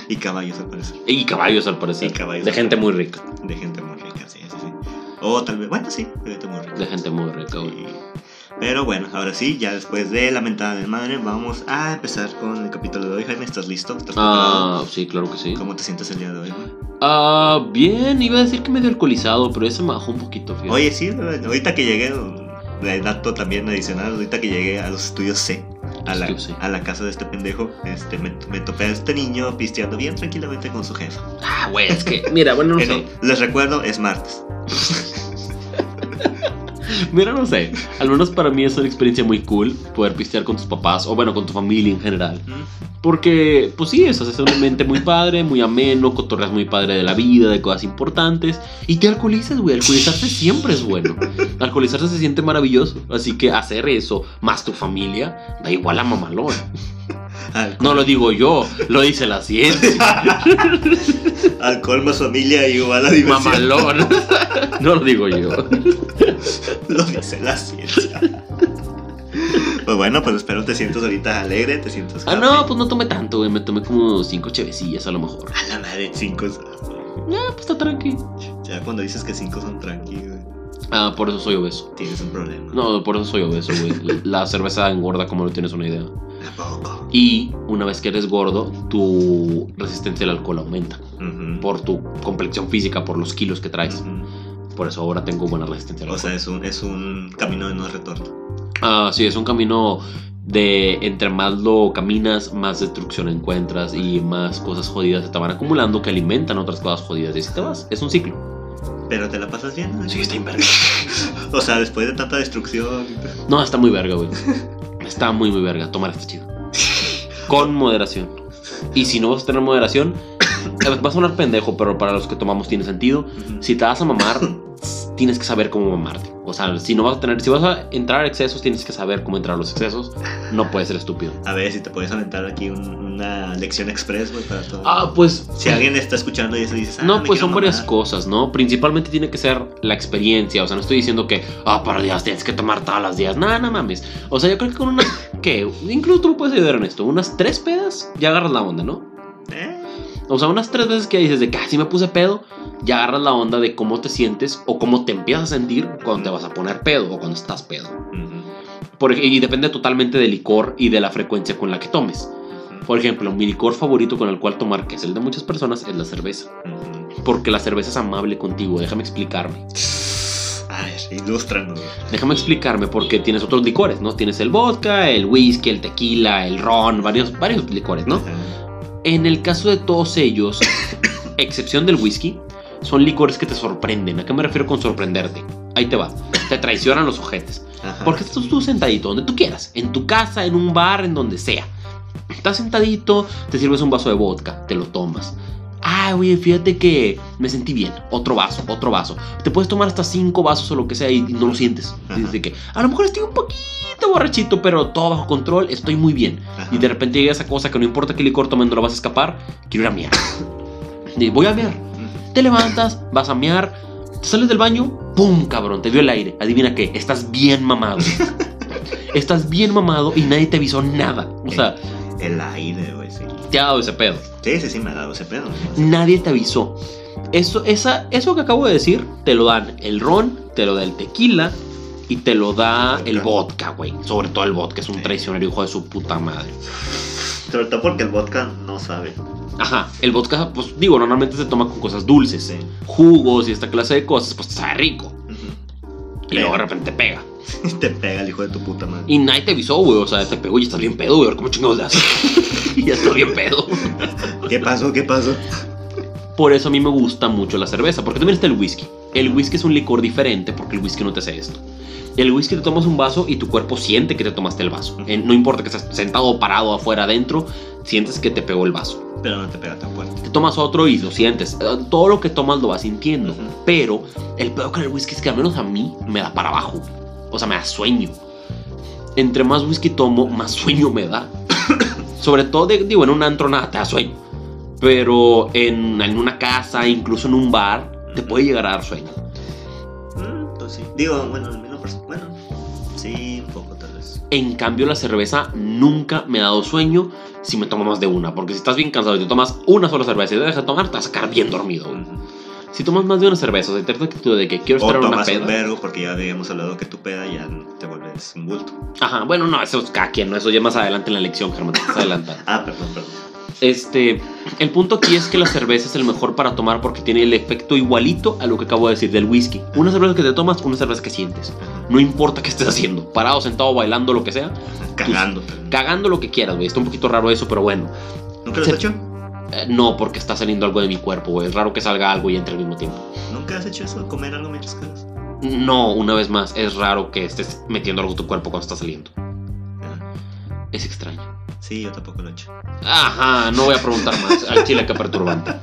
[SPEAKER 2] Y caballos, al parecer.
[SPEAKER 1] Y caballos, al parecer.
[SPEAKER 2] Y caballos.
[SPEAKER 1] De gente muy rica.
[SPEAKER 2] De gente muy rica, sí, sí, sí. O tal vez, bueno, sí, de gente muy rica.
[SPEAKER 1] De gente muy rica, güey.
[SPEAKER 2] Sí. Pero bueno, ahora sí, ya después de la mentada de madre, vamos a empezar con el capítulo de hoy. Jaime, ¿estás listo? ¿Estás preparado?
[SPEAKER 1] Ah, sí, claro que sí.
[SPEAKER 2] ¿Cómo te sientes el día de hoy? güey?
[SPEAKER 1] Ah, bien, iba a decir que medio alcoholizado, pero ese me bajó un poquito, fíjate.
[SPEAKER 2] Oye, sí, ahorita que llegué, de dato también adicional, ahorita que llegué a los estudios C, a la,
[SPEAKER 1] Estudios C.
[SPEAKER 2] a la casa de este pendejo, este, me, me topé a este niño pisteando bien tranquilamente con su jefa.
[SPEAKER 1] Ah, güey, es que, mira, bueno, no
[SPEAKER 2] Eh, no,
[SPEAKER 1] sé.
[SPEAKER 2] les recuerdo, es martes.
[SPEAKER 1] Mira, no sé. Al menos para mí es una experiencia muy cool poder pistear con tus papás o, bueno, con tu familia en general.
[SPEAKER 2] Mm,
[SPEAKER 1] Porque, pues sí, eso es un ambiente muy padre, muy ameno, cotorreas muy padre de la vida, de cosas importantes. Y te alcoholizas, güey. Alcoholizarse siempre es bueno. Alcoholizarse se siente maravilloso. Así que hacer eso, más tu familia, da igual a mamalón.
[SPEAKER 2] Alcohol,
[SPEAKER 1] No lo digo yo, lo dice la ciencia.
[SPEAKER 2] alcohol más familia igual a diversión.
[SPEAKER 1] Mamalón. No lo digo yo.
[SPEAKER 2] Lo dice la ciencia. Pues bueno, pues espero te sientas ahorita alegre, te sientas.
[SPEAKER 1] Ah,
[SPEAKER 2] happy.
[SPEAKER 1] no, pues no tomé tanto, güey. Me tomé como cinco chevecillas a lo mejor.
[SPEAKER 2] A la madre, cinco. es-
[SPEAKER 1] Ah, pues está tranqui.
[SPEAKER 2] Ya cuando dices que cinco son tranqui, güey,
[SPEAKER 1] Ah, por eso soy obeso.
[SPEAKER 2] tienes un problema.
[SPEAKER 1] No, por eso soy obeso, güey. La cerveza engorda como no tienes una idea.
[SPEAKER 2] ¿A poco?
[SPEAKER 1] Y una vez que eres gordo, tu resistencia al alcohol aumenta.
[SPEAKER 2] Ujú.
[SPEAKER 1] Por tu complexión física, por los kilos que traes.
[SPEAKER 2] Ujú.
[SPEAKER 1] Por eso ahora tengo buena resistencia al
[SPEAKER 2] O
[SPEAKER 1] alcohol.
[SPEAKER 2] sea, es un, es un camino de no retorno.
[SPEAKER 1] Ah, sí, es un camino de entre más lo caminas, más destrucción encuentras y más cosas jodidas se te van acumulando que alimentan otras cosas jodidas. Y si te vas, es un ciclo.
[SPEAKER 2] Pero te la pasas bien. güey.
[SPEAKER 1] Sí, está inverga.
[SPEAKER 2] O sea, después de tanta destrucción.
[SPEAKER 1] No, está muy verga, güey. Está muy, muy verga. Tomar está chido. Con moderación. Y si no vas a tener moderación, eh, va a sonar pendejo, pero para los que tomamos tiene sentido.
[SPEAKER 2] ujú.
[SPEAKER 1] Si te vas a mamar, tienes que saber cómo mamarte. O sea, si no vas a tener, si vas a entrar a excesos, tienes que saber cómo entrar a los excesos. No puedes ser estúpido.
[SPEAKER 2] A ver si te puedes aventar aquí un- una lección express, güey, para todo.
[SPEAKER 1] Ah, pues.
[SPEAKER 2] Si alguien está escuchando y eso dices, ah,
[SPEAKER 1] No,
[SPEAKER 2] me
[SPEAKER 1] pues
[SPEAKER 2] quiero
[SPEAKER 1] son varias
[SPEAKER 2] mamar.
[SPEAKER 1] cosas, ¿no? Principalmente tiene que ser la experiencia. O sea, no estoy diciendo que, ah, para días tienes que tomar todas las días. Nada, no mames. O sea, yo creo que con una. que incluso tú me puedes ayudar en esto. Unas tres pedas, ya agarras la onda, ¿no?
[SPEAKER 2] Eh,
[SPEAKER 1] O sea, unas tres veces que dices de que así me puse pedo, ya agarras la onda de cómo te sientes o cómo te empiezas a sentir cuando te vas a poner pedo o cuando estás pedo.
[SPEAKER 2] ujú,
[SPEAKER 1] Por ej- y depende totalmente del licor y de la frecuencia con la que tomes.
[SPEAKER 2] ujú,
[SPEAKER 1] Por ejemplo, mi licor favorito con el cual tomar, que es el de muchas personas, es la cerveza.
[SPEAKER 2] ujú.
[SPEAKER 1] Porque la cerveza es amable contigo, déjame explicarme.
[SPEAKER 2] A ver, ilústranos. güey.
[SPEAKER 1] Déjame explicarme porque tienes otros licores, ¿no? Tienes el vodka, el whisky, el tequila, el ron, varios, varios licores, ¿no?
[SPEAKER 2] Ajá.
[SPEAKER 1] En el caso de todos ellos, excepción del whisky, son licores que te sorprenden. ¿A qué me refiero con sorprenderte? Ahí te va. Te traicionan los ojetes.
[SPEAKER 2] Ajá.
[SPEAKER 1] Ah, Porque estás tú sentadito donde tú quieras, en tu casa, en un bar, en donde sea. Estás sentadito, te sirves un vaso de vodka, te lo tomas. Ay, güey, fíjate que me sentí bien. Otro vaso, otro vaso. Te puedes tomar hasta cinco vasos o lo que sea y no lo sientes.
[SPEAKER 2] Ajá.
[SPEAKER 1] Dices de que a lo mejor estoy un poquito borrachito, pero todo bajo control, estoy muy bien.
[SPEAKER 2] Ajá.
[SPEAKER 1] Y de repente llega esa cosa que no importa qué licor tomen, no la vas a escapar. Quiero ir a mear. Y voy a mear. Te levantas, vas a mear, te sales del baño, ¡pum! cabrón, te dio el aire. Adivina qué, estás bien mamado. estás bien mamado y nadie te avisó nada. O sea,
[SPEAKER 2] El aire, güey, sí.
[SPEAKER 1] te ha dado ese pedo.
[SPEAKER 2] Sí, sí, sí, me ha dado ese pedo. güey.
[SPEAKER 1] Nadie te avisó. Eso, esa, eso que acabo de decir, te lo dan el ron, te lo da el tequila y te lo da el vodka, güey. Sobre todo el vodka, es un traicionero hijo de su puta madre.
[SPEAKER 2] Sobre todo porque el vodka no sabe.
[SPEAKER 1] Ajá, el vodka, pues digo, normalmente se toma con cosas dulces, ¿eh?
[SPEAKER 2] Sí.
[SPEAKER 1] jugos y esta clase de cosas, pues sabe rico.
[SPEAKER 2] Ujú.
[SPEAKER 1] Y luego de repente te pega.
[SPEAKER 2] Te pega el hijo de tu puta madre.
[SPEAKER 1] Y nadie te avisó, güey. O sea, te pegó y estás bien pedo, güey. a ver ¿Cómo chingados le haces? Y ya estás bien pedo.
[SPEAKER 2] ¿Qué pasó? ¿Qué pasó?
[SPEAKER 1] Por eso a mí me gusta mucho la cerveza, porque también está el whisky. El whisky es un licor diferente porque el whisky no te hace esto. El whisky te tomas un vaso y tu cuerpo siente que te tomaste el vaso. Eh, No importa que estés sentado o parado afuera, adentro, sientes que te pegó el vaso.
[SPEAKER 2] Pero no te pega tan fuerte.
[SPEAKER 1] Te tomas otro y lo sientes. Eh, Todo lo que tomas lo vas sintiendo.
[SPEAKER 2] Ujú.
[SPEAKER 1] Pero el pedo con el whisky es que al menos a mí me da para abajo. O sea, me da sueño. Entre más whisky tomo, más sueño me da. Sobre todo, de- digo, en un antro nada te da sueño. Pero en, en una casa, incluso en un bar, te puede llegar a dar sueño.
[SPEAKER 2] Mm, pues sí. Digo, bueno, al menos pers- Bueno, sí, un poco tal vez.
[SPEAKER 1] En cambio, la cerveza nunca me ha dado sueño si me tomo más de una. Porque si estás bien cansado y te tomas una sola cerveza y te dejas de tomar, te vas a quedar bien dormido. güey.
[SPEAKER 2] Ujú.
[SPEAKER 1] Si tomas más de una cerveza, o sea, te actitud de que quiero
[SPEAKER 2] O
[SPEAKER 1] estar en una
[SPEAKER 2] tomas
[SPEAKER 1] peda.
[SPEAKER 2] un vergo porque ya habíamos hablado que tu peda ya te vuelves un bulto.
[SPEAKER 1] Ajá, bueno, no, eso es cada quien, ¿no? Eso ya más adelante en la elección, Germán, más adelante.
[SPEAKER 2] Ah, perdón, perdón.
[SPEAKER 1] Este, el punto aquí es que la cerveza es el mejor para tomar porque tiene el efecto igualito a lo que acabo de decir del whisky. Una cerveza que te tomas, una cerveza que sientes. No importa qué estés haciendo, parado, sentado, bailando, lo que sea,
[SPEAKER 2] Pues, Cagándote.
[SPEAKER 1] cagando lo que quieras, güey. Está un poquito raro eso, pero bueno.
[SPEAKER 2] ¿Nunca lo has
[SPEAKER 1] se-
[SPEAKER 2] hecho?
[SPEAKER 1] Eh, no, porque está saliendo algo de mi cuerpo, güey. Es raro que salga algo y entre al mismo tiempo.
[SPEAKER 2] ¿Nunca has hecho eso? ¿Comer algo mientras cagas?
[SPEAKER 1] No, una vez más, es raro que estés metiendo algo en tu cuerpo cuando está saliendo.
[SPEAKER 2] Ah,
[SPEAKER 1] Es extraño.
[SPEAKER 2] Sí, yo tampoco lo he hecho.
[SPEAKER 1] Ajá, no voy a preguntar más. Al chile que perturbante.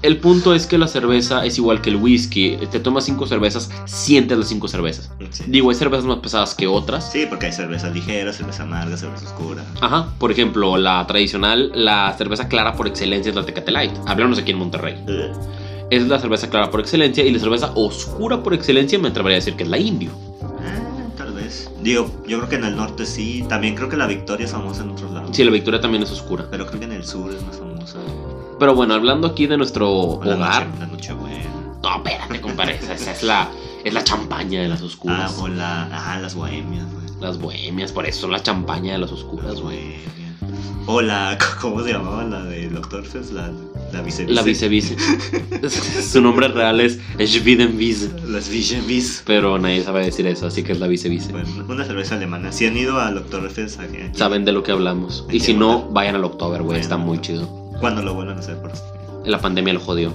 [SPEAKER 1] El punto es que la cerveza es igual que el whisky. Te tomas cinco cervezas, sientes las cinco cervezas.
[SPEAKER 2] Sí.
[SPEAKER 1] Digo, hay cervezas más pesadas que otras.
[SPEAKER 2] Sí, porque hay cervezas ligeras, cerveza amarga, cerveza oscura.
[SPEAKER 1] Ajá, por ejemplo, la tradicional, la cerveza clara por excelencia es la Tecate Light. Hablamos aquí en Monterrey.
[SPEAKER 2] Eh,
[SPEAKER 1] Es la cerveza clara por excelencia y la cerveza oscura por excelencia me atrevería a decir que es la Indio.
[SPEAKER 2] Tal vez. Digo, yo creo que en el norte sí. También creo que la Victoria es famosa en otros lados.
[SPEAKER 1] Sí, la Victoria también es oscura.
[SPEAKER 2] Pero creo que en el sur es más famosa.
[SPEAKER 1] Pero bueno, hablando aquí de nuestro
[SPEAKER 2] O la
[SPEAKER 1] hogar.
[SPEAKER 2] noche, la Nochebuena.
[SPEAKER 1] No, espérate, compadre. Esa, esa es la, es la champaña de las
[SPEAKER 2] Ah,
[SPEAKER 1] oscuras.
[SPEAKER 2] o la, ah, las bohemias, güey.
[SPEAKER 1] Las bohemias, por eso son la champaña de las oscuras,
[SPEAKER 2] Las
[SPEAKER 1] güey.
[SPEAKER 2] bohemias. O la, ¿cómo se llamaba la de Doctor Fest? La, la vice
[SPEAKER 1] La vice vice. Su nombre real es Schwedenwiese,
[SPEAKER 2] Las vice vice.
[SPEAKER 1] pero nadie sabe decir eso, así que es la vice vice.
[SPEAKER 2] Bueno, una cerveza alemana. Si han ido al Doctor Fest aquí, aquí,
[SPEAKER 1] Saben de lo que hablamos. Y si no, vayan al October, güey, está muy chido.
[SPEAKER 2] cuando lo vuelvan a hacer, por
[SPEAKER 1] La pandemia lo jodió.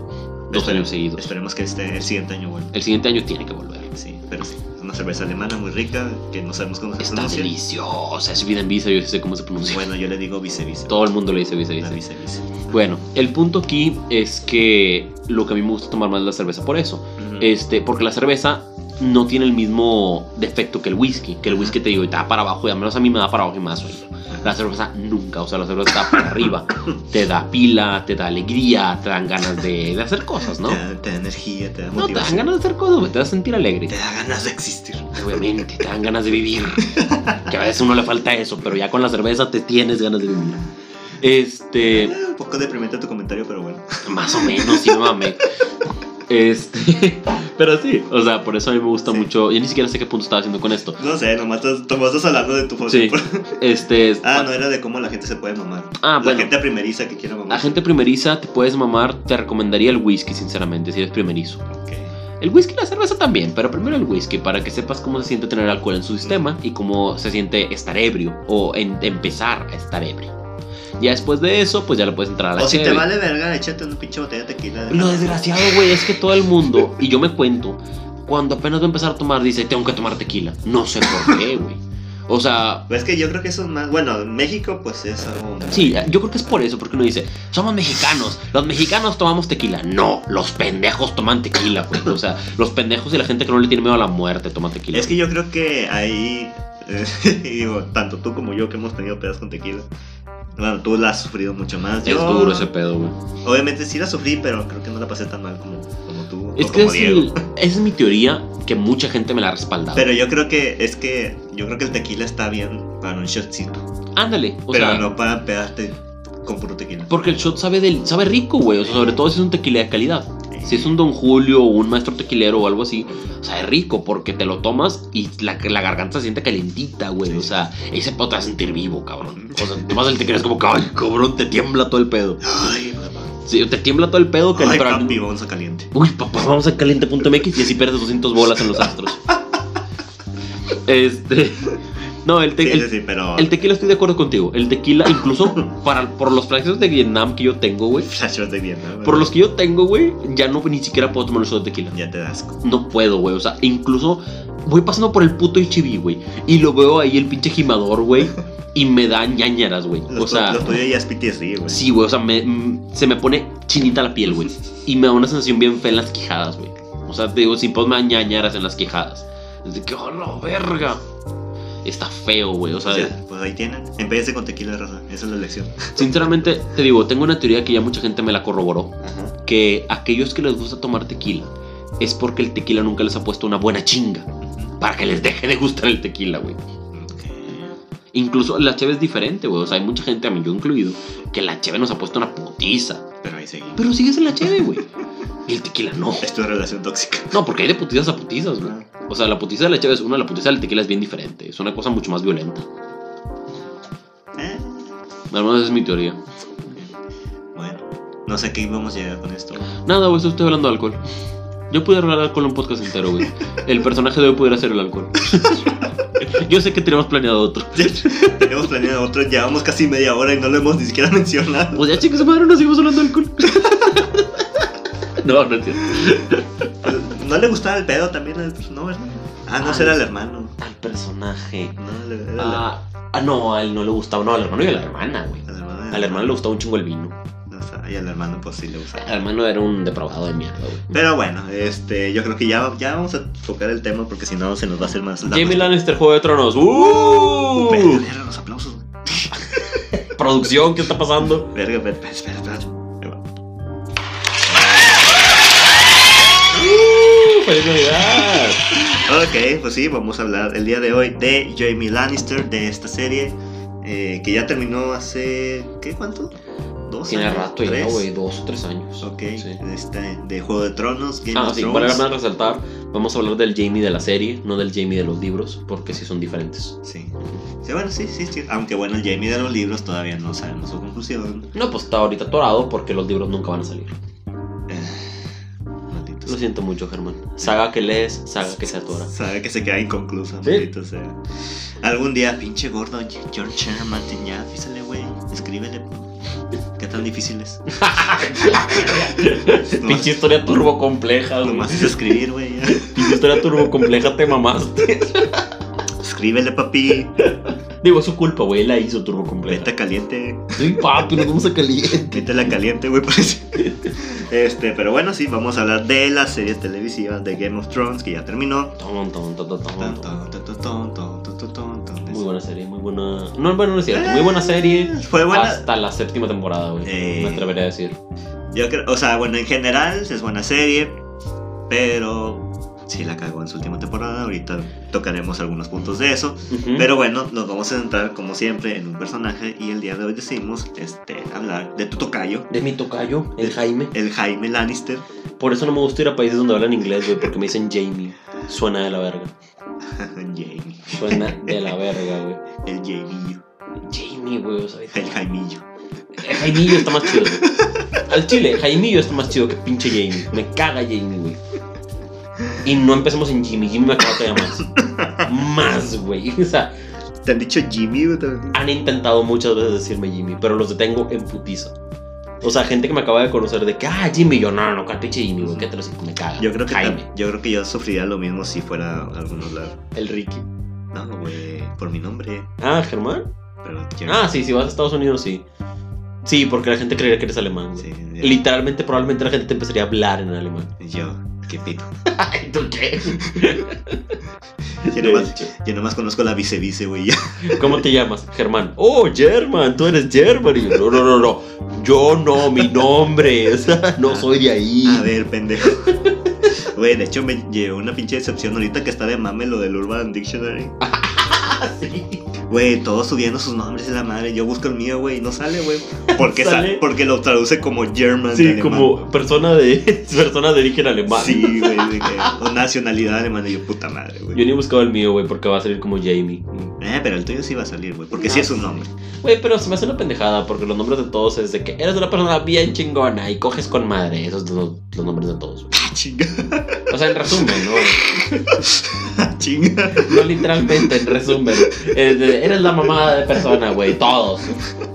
[SPEAKER 1] Dos
[SPEAKER 2] Espere-
[SPEAKER 1] años seguidos.
[SPEAKER 2] Esperemos que este, el siguiente año vuelva.
[SPEAKER 1] El siguiente año tiene que volver.
[SPEAKER 2] Sí, pero sí. Es una cerveza alemana muy rica que no sabemos cómo se
[SPEAKER 1] Está
[SPEAKER 2] pronuncia.
[SPEAKER 1] deliciosa, Schwedenwiese, yo sí sé cómo se pronuncia.
[SPEAKER 2] Bueno, yo le digo vice vice.
[SPEAKER 1] Todo el mundo le dice vice
[SPEAKER 2] La
[SPEAKER 1] vice.
[SPEAKER 2] vice vice.
[SPEAKER 1] Bueno, el punto aquí es que lo que a mí me gusta tomar más es la cerveza por eso.
[SPEAKER 2] Ujú.
[SPEAKER 1] Este, porque la cerveza no tiene el mismo defecto que el whisky. Que el whisky te digo, y te da para abajo, y al menos a mí me da para abajo y más sueño. La cerveza nunca, o sea, la cerveza te da para arriba. Te da pila, te da alegría, te dan ganas de, de hacer cosas, ¿no?
[SPEAKER 2] Te, da, te da energía, te da
[SPEAKER 1] No, te dan
[SPEAKER 2] motivación.
[SPEAKER 1] ganas de hacer cosas, güey, te da sentir alegre.
[SPEAKER 2] te da ganas de existir.
[SPEAKER 1] Obviamente, te dan ganas de vivir. Que a veces a uno le falta eso, pero ya con la cerveza te tienes ganas de vivir. Este.
[SPEAKER 2] Eh, Un poco deprimente tu comentario, pero bueno.
[SPEAKER 1] Más o menos, sí, me mamé. Este, pero sí, o sea, por eso a mí me gusta
[SPEAKER 2] Sí.
[SPEAKER 1] mucho. Yo ni siquiera sé qué punto estaba haciendo con esto.
[SPEAKER 2] No sé, nomás estás, nomás estás hablando de tu foto.
[SPEAKER 1] Sí. Este, es-
[SPEAKER 2] Pues Ah, no, era de cómo la gente se puede mamar.
[SPEAKER 1] Ah,
[SPEAKER 2] la
[SPEAKER 1] bueno.
[SPEAKER 2] gente primeriza que quiere mamar.
[SPEAKER 1] a gente primeriza, te puedes mamar, te recomendaría el whisky, sinceramente, si eres primerizo.
[SPEAKER 2] Ok.
[SPEAKER 1] El whisky y la cerveza también, pero primero el whisky, para que sepas cómo se siente tener alcohol en su sistema y cómo se siente estar ebrio o en- empezar a estar ebrio. Ya después de eso, pues ya le puedes entrar a la
[SPEAKER 2] O si te
[SPEAKER 1] cheve.
[SPEAKER 2] vale verga, échate una pinche botella de tequila. de
[SPEAKER 1] Lo
[SPEAKER 2] más.
[SPEAKER 1] desgraciado, güey, es que todo el mundo, y yo me cuento, cuando apenas voy a empezar a tomar, dice, tengo que tomar tequila. No sé por qué, güey. O sea,
[SPEAKER 2] Pues es que yo creo que eso es más. Bueno, en México, pues es algo.
[SPEAKER 1] sí, yo creo que es por eso, porque uno dice, somos mexicanos, los mexicanos tomamos tequila. No, los pendejos toman tequila, güey. O sea, los pendejos y la gente que no le tiene miedo a la muerte toma tequila.
[SPEAKER 2] Es que yo creo que ahí. eh, digo, tanto tú como yo que hemos tenido pedas con tequila. Bueno, tú la has sufrido mucho más.
[SPEAKER 1] Es
[SPEAKER 2] Yo,
[SPEAKER 1] duro ese pedo, güey.
[SPEAKER 2] Obviamente sí la sufrí, pero creo que no la pasé tan mal como, como tú. o
[SPEAKER 1] Es que
[SPEAKER 2] como
[SPEAKER 1] es el- esa es mi teoría que mucha gente me la ha respaldado.
[SPEAKER 2] Pero yo creo que es que yo creo que el tequila está bien para un shotcito,
[SPEAKER 1] Ándale, o
[SPEAKER 2] pero
[SPEAKER 1] sea,
[SPEAKER 2] no para pedarte con puro tequila.
[SPEAKER 1] porque el shot sabe, del, sabe rico, güey. O sea, sobre todo si es un tequila de calidad.
[SPEAKER 2] Eh,
[SPEAKER 1] si es un Don Julio o un maestro tequilero o algo así, o sea, es rico porque te lo tomas y la, la garganta se siente calentita, güey.
[SPEAKER 2] Sí.
[SPEAKER 1] O sea, ese pedo te va a sentir vivo, cabrón. O sea, tomas el tequila es como, ay, cabrón, te tiembla todo el pedo.
[SPEAKER 2] Ay, papá.
[SPEAKER 1] Sí, te tiembla todo el pedo que
[SPEAKER 2] Ay,
[SPEAKER 1] pero al-
[SPEAKER 2] papi, vamos a caliente.
[SPEAKER 1] Uy, papá, vamos a caliente.mx y así pierdes 200 bolas en los astros. Este. No, el, te-
[SPEAKER 2] Sí,
[SPEAKER 1] el-
[SPEAKER 2] sí, sí, pero.
[SPEAKER 1] el tequila estoy de acuerdo contigo. El tequila, incluso para, por los fracasos de Vietnam que yo tengo, güey.
[SPEAKER 2] Flashbacks de Vietnam,
[SPEAKER 1] Por
[SPEAKER 2] ¿verdad?
[SPEAKER 1] los que yo tengo, güey, ya no ni siquiera puedo tomar un shot de tequila.
[SPEAKER 2] Ya te das. asco.
[SPEAKER 1] No puedo, güey. O sea, incluso voy pasando por el puto HB, güey. Y lo veo ahí el pinche gimador, güey. Y me dan ñañaras, güey.
[SPEAKER 2] Los,
[SPEAKER 1] O sea,
[SPEAKER 2] los tuyos ya es PTSD, güey.
[SPEAKER 1] sí, güey. O sea, me- mm, se me pone chinita la piel, güey. Y me da una sensación bien fea en las quijadas, güey. O sea, te digo, sin pues me dan ñañaras en las quijadas. Es de que, oh, no, verga. Está feo, güey. O sea,
[SPEAKER 2] Pues, ya, pues ahí tienen. Empecé con tequila, raza. Esa es la lección.
[SPEAKER 1] sinceramente, te digo, tengo una teoría que ya mucha gente me la corroboró.
[SPEAKER 2] Ajá.
[SPEAKER 1] que aquellos que les gusta tomar tequila es porque el tequila nunca les ha puesto una buena chinga para que les deje de gustar el tequila, güey. Incluso la cheve es diferente, güey. O sea, hay mucha gente, a mí yo incluido, que la cheve nos ha puesto una putiza.
[SPEAKER 2] Pero ahí seguimos.
[SPEAKER 1] Pero sigues en la cheve, güey. Y el tequila no.
[SPEAKER 2] Es tu relación tóxica.
[SPEAKER 1] No, porque hay de putizas a putizas, güey. O sea, la putiza de la cheve es una, la putiza del tequila es bien diferente. Es una cosa mucho más violenta.
[SPEAKER 2] Eh,
[SPEAKER 1] Al menos esa es mi teoría.
[SPEAKER 2] Bueno, no sé a qué vamos a llegar con esto.
[SPEAKER 1] Nada, güey, yo estoy hablando de alcohol. Yo pudiera hablar de alcohol un podcast entero, güey. El personaje de hoy pudiera ser el alcohol. Yo sé que tenemos planeado otro.
[SPEAKER 2] Tenemos planeado otro, llevamos casi media hora y no lo hemos ni siquiera mencionado.
[SPEAKER 1] Pues ya, chicos, su madre, no seguimos hablando de alcohol. No, no es cierto.
[SPEAKER 2] No le gustaba el pedo también, al- ¿no? ¿verdad? Ah, no, ese era el hermano.
[SPEAKER 1] Al personaje.
[SPEAKER 2] No, le- era el,
[SPEAKER 1] Ah, ah, no, a él no le gustaba. No, al hermano y a la hermana, güey.
[SPEAKER 2] al hermano.
[SPEAKER 1] Al hermano Ah. le gustaba un chingo el vino.
[SPEAKER 2] No, o sea, y al hermano, pues sí le gustaba.
[SPEAKER 1] Al hermano era un depravado de mierda, güey.
[SPEAKER 2] Pero bueno, este, yo creo que ya, ya vamos a tocar el tema porque si no se nos va a hacer más largo.
[SPEAKER 1] Jamie Lannister, Juego de Tronos. ¡Uh!
[SPEAKER 2] Verga, verga, los aplausos. güey.
[SPEAKER 1] Producción, ¿qué está pasando?
[SPEAKER 2] Verga, ver- espera, espera, espera. Ahí va.
[SPEAKER 1] ¡Uh! ¡Feliz Navidad!
[SPEAKER 2] Ok, pues sí, vamos a hablar el día de hoy de Jamie Lannister, de esta serie eh, que ya terminó hace. ¿Qué? ¿Cuánto? ¿Dos?
[SPEAKER 1] Tiene
[SPEAKER 2] años?
[SPEAKER 1] rato ya,
[SPEAKER 2] ¿Tres?
[SPEAKER 1] güey, dos o tres años.
[SPEAKER 2] Ok,
[SPEAKER 1] Sí.
[SPEAKER 2] este, de Juego de Tronos, Game
[SPEAKER 1] Ah,
[SPEAKER 2] of
[SPEAKER 1] sí, vale
[SPEAKER 2] Thrones.
[SPEAKER 1] la pena resaltar, vamos a hablar del Jamie de la serie, no del Jamie de los libros, porque sí son diferentes.
[SPEAKER 2] Sí. Sí, bueno, sí, sí, sí. Aunque bueno, el Jamie de los libros todavía no sabemos su conclusión.
[SPEAKER 1] No, pues está ahorita atorado porque los libros nunca van a salir.
[SPEAKER 2] Eh, Maldito
[SPEAKER 1] Lo
[SPEAKER 2] sea.
[SPEAKER 1] siento mucho, Germán. Saga que lees, saga que se atora.
[SPEAKER 2] Sabe que se queda inconclusa,
[SPEAKER 1] Sí.
[SPEAKER 2] maldito sea. Algún día, pinche gordo, George Sherman Martin, ya, fíjale, güey, escríbele. po. ¿Qué tan difícil es?
[SPEAKER 1] Pinche historia turbo compleja, güey.
[SPEAKER 2] Nomás es escribir, güey. ya.
[SPEAKER 1] Pinche historia turbo compleja, te mamaste.
[SPEAKER 2] Escríbele, papi.
[SPEAKER 1] Digo, es su culpa, güey, la hizo turbo compleja.
[SPEAKER 2] Vete caliente.
[SPEAKER 1] Sí, papi, nos vamos a caliente.
[SPEAKER 2] Métela caliente, güey, parece. Este, pero bueno, sí, vamos a hablar de las series televisivas de Game of Thrones, que ya terminó.
[SPEAKER 1] Ton, ton, ton, ton, ton, ton. Muy
[SPEAKER 2] Muy
[SPEAKER 1] buena serie, muy buena. No, bueno, no es cierto. Muy buena serie.
[SPEAKER 2] Fue buena.
[SPEAKER 1] Hasta la séptima temporada, güey.
[SPEAKER 2] Eh.
[SPEAKER 1] Me atrevería a decir.
[SPEAKER 2] Yo creo, o sea, bueno, en general es buena serie, pero sí la cagó en su última temporada. Ahorita tocaremos algunos puntos de eso.
[SPEAKER 1] Ujú.
[SPEAKER 2] Pero bueno, nos vamos a centrar, como siempre, en un personaje y el día de hoy decidimos este, hablar de tu tocayo,
[SPEAKER 1] De mi tocayo, el Jaime.
[SPEAKER 2] el Jaime Lannister.
[SPEAKER 1] Por eso no me gusta ir a países donde hablan inglés, güey, porque me dicen Jamie. Suena de la verga.
[SPEAKER 2] Jamie,
[SPEAKER 1] Suena de la verga, güey.
[SPEAKER 2] el Jamillo,
[SPEAKER 1] Jamie, güey, o sea,
[SPEAKER 2] el Jaimillo.
[SPEAKER 1] el Jaimillo está más chido, güey. Al chile, Jaimillo está más chido que pinche Jamie. Me caga Jamie, güey. Y no empecemos en Jimmy. Jimmy me acaba todavía más. Más, güey. O sea,
[SPEAKER 2] ¿Te han dicho Jimmy? güey? ¿Te-
[SPEAKER 1] han intentado muchas veces decirme Jimmy, pero los detengo en putiza. O sea, gente que me acaba de conocer de que, ah, Jimmy, yo, no, no, no, pinche Jimmy, güey, que te lo sé, me caga.
[SPEAKER 2] Yo creo, que
[SPEAKER 1] Jaime,
[SPEAKER 2] tam- yo creo que yo sufriría lo mismo si fuera algún hablar.
[SPEAKER 1] el Ricky.
[SPEAKER 2] No, güey, por mi nombre.
[SPEAKER 1] Ah, Germán.
[SPEAKER 2] Pero yo-
[SPEAKER 1] Ah, sí, si vas a Estados Unidos, sí. Sí, porque la gente creería que eres alemán. güey.
[SPEAKER 2] sí,
[SPEAKER 1] Literalmente, probablemente la gente te empezaría a hablar en alemán.
[SPEAKER 2] yo, qué pito.
[SPEAKER 1] Ay, ¿tú qué?
[SPEAKER 2] Yo nomás, yo nomás conozco la vice-vice, güey. ya.
[SPEAKER 1] ¿Cómo te llamas? Germán. Oh, German, tú eres German. Y yo, no, no, no, no. Yo no, mi nombre. O sea, no soy de ahí.
[SPEAKER 2] A ver, pendejo. Güey, de hecho me llevó una pinche decepción ahorita que está de mame lo del Urban Dictionary.
[SPEAKER 1] Ah, sí.
[SPEAKER 2] Güey, todos subiendo sus nombres de la madre. Yo busco el mío, güey, y no sale, güey. Porque, sa-
[SPEAKER 1] Sale.
[SPEAKER 2] porque lo traduce como German. de
[SPEAKER 1] Sí,
[SPEAKER 2] alemán.
[SPEAKER 1] como persona de, persona de origen alemán.
[SPEAKER 2] Sí, güey, de que. O nacionalidad alemana. Y yo, puta madre,
[SPEAKER 1] Yo
[SPEAKER 2] güey.
[SPEAKER 1] ni he buscado el mío, güey, porque va a salir como Jamie.
[SPEAKER 2] Eh, pero el tuyo sí va a salir, güey. Porque
[SPEAKER 1] No,
[SPEAKER 2] sí es un
[SPEAKER 1] sí.
[SPEAKER 2] nombre.
[SPEAKER 1] Güey, pero se me hace una pendejada porque los nombres de todos es de que eres una persona bien chingona y coges con madre. Esos son los, los nombres de todos, güey.
[SPEAKER 2] Chinga,
[SPEAKER 1] O sea, en resumen, ¿no?
[SPEAKER 2] chinga.
[SPEAKER 1] No literalmente, en resumen. Eres, de- eres la mamada de persona, güey. Todos.